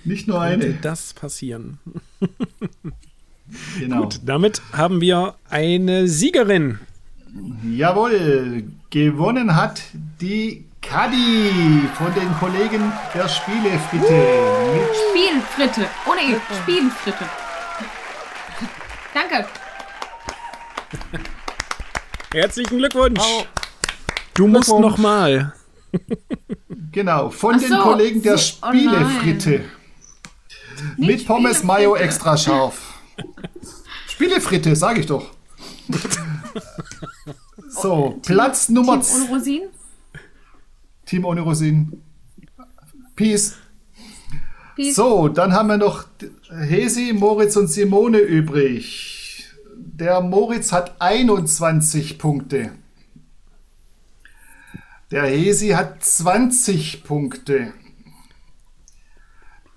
Speaker 4: Nicht nur
Speaker 2: Könnte
Speaker 4: eine.
Speaker 2: das passieren?
Speaker 4: Genau.
Speaker 2: Damit haben wir eine Siegerin.
Speaker 4: Genau. Jawohl, gewonnen hat die Kadi von den Kollegen der Spielefritte. Mit
Speaker 5: Spielfritte. Ohne E. Spielfritte. Danke.
Speaker 2: Herzlichen Glückwunsch. Du musst
Speaker 6: Glückwunsch.
Speaker 2: nochmal.
Speaker 4: Genau, von
Speaker 5: Ach
Speaker 4: den
Speaker 5: so,
Speaker 4: Kollegen der
Speaker 5: sie- oh
Speaker 4: Spielefritte. Mit
Speaker 5: Nicht
Speaker 4: Pommes
Speaker 5: Spielefritte.
Speaker 4: Mayo extra scharf. Spielefritte, sag ich doch. So, Platz Nummer
Speaker 5: Team
Speaker 4: 2.
Speaker 5: ohne Rosinen.
Speaker 4: Team ohne Rosinen. Peace.
Speaker 5: Peace.
Speaker 4: So, dann haben wir noch Hesi, Moritz und Simone übrig. Der Moritz hat 21 Punkte. Der Hesi hat 20 Punkte.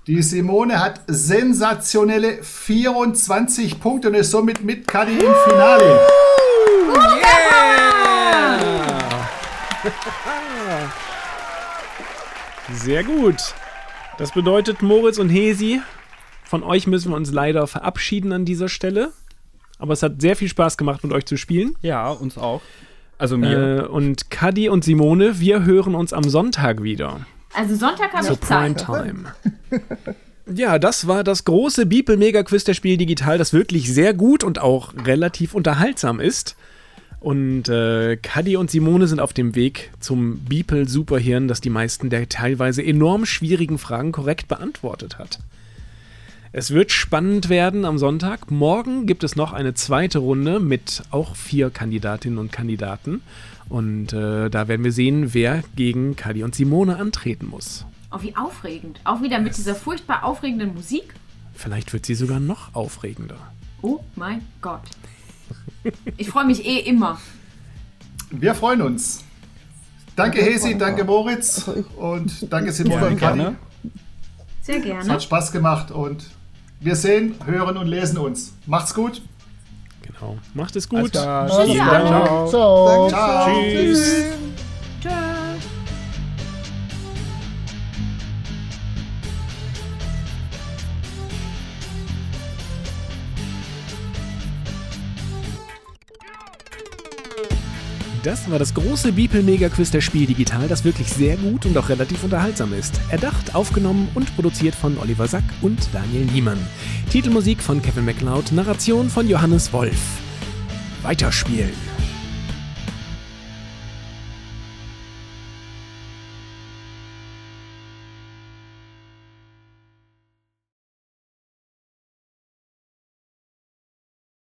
Speaker 4: Die Simone hat sensationelle 24 Punkte und ist somit mit Kadi im Finale.
Speaker 2: Sehr gut. Das bedeutet, Moritz und Hesi, von euch müssen wir uns leider verabschieden an dieser Stelle. Aber es hat sehr viel Spaß gemacht, mit euch zu spielen.
Speaker 3: Ja, uns auch. Also mir.
Speaker 2: Äh, und Kadi und Simone, wir hören uns am Sonntag wieder.
Speaker 5: Also Sonntag habe
Speaker 2: Zur
Speaker 5: ich Zeit.
Speaker 2: Primetime. Ja, das war das große Beeple Mega Quiz der Spiel Digital, das wirklich sehr gut und auch relativ unterhaltsam ist. Und äh, Kaddi und Simone sind auf dem Weg zum Beeple Superhirn, das die meisten der teilweise enorm schwierigen Fragen korrekt beantwortet hat. Es wird spannend werden am Sonntag. Morgen gibt es noch eine zweite Runde mit auch vier Kandidatinnen und Kandidaten. Und äh, da werden wir sehen, wer gegen Kaddi und Simone antreten muss.
Speaker 5: Oh, wie aufregend. Auch wieder mit dieser furchtbar aufregenden Musik.
Speaker 2: Vielleicht wird sie sogar noch aufregender.
Speaker 5: Oh mein Gott. Ich freue mich eh immer.
Speaker 4: Wir freuen uns. Danke Hesi, danke Moritz und danke Simone und Kadi.
Speaker 3: gerne.
Speaker 5: Sehr
Speaker 4: Es
Speaker 5: gerne.
Speaker 4: hat Spaß gemacht und wir sehen, hören und lesen uns. Macht's gut.
Speaker 2: Genau. Macht es gut.
Speaker 3: Da
Speaker 6: Also,
Speaker 5: Ja.
Speaker 6: Ciao. Ciao.
Speaker 7: Danke,
Speaker 4: Ciao.
Speaker 7: Tschüss.
Speaker 5: Tschüss.
Speaker 2: Das war das große Beeple Mega Quiz der Spiel Digital, das wirklich sehr gut und auch relativ unterhaltsam ist. Erdacht, aufgenommen und produziert von Oliver Sack und Daniel Niemann. Titelmusik von Kevin MacLeod, Narration von Johannes Wolf. Weiterspielen.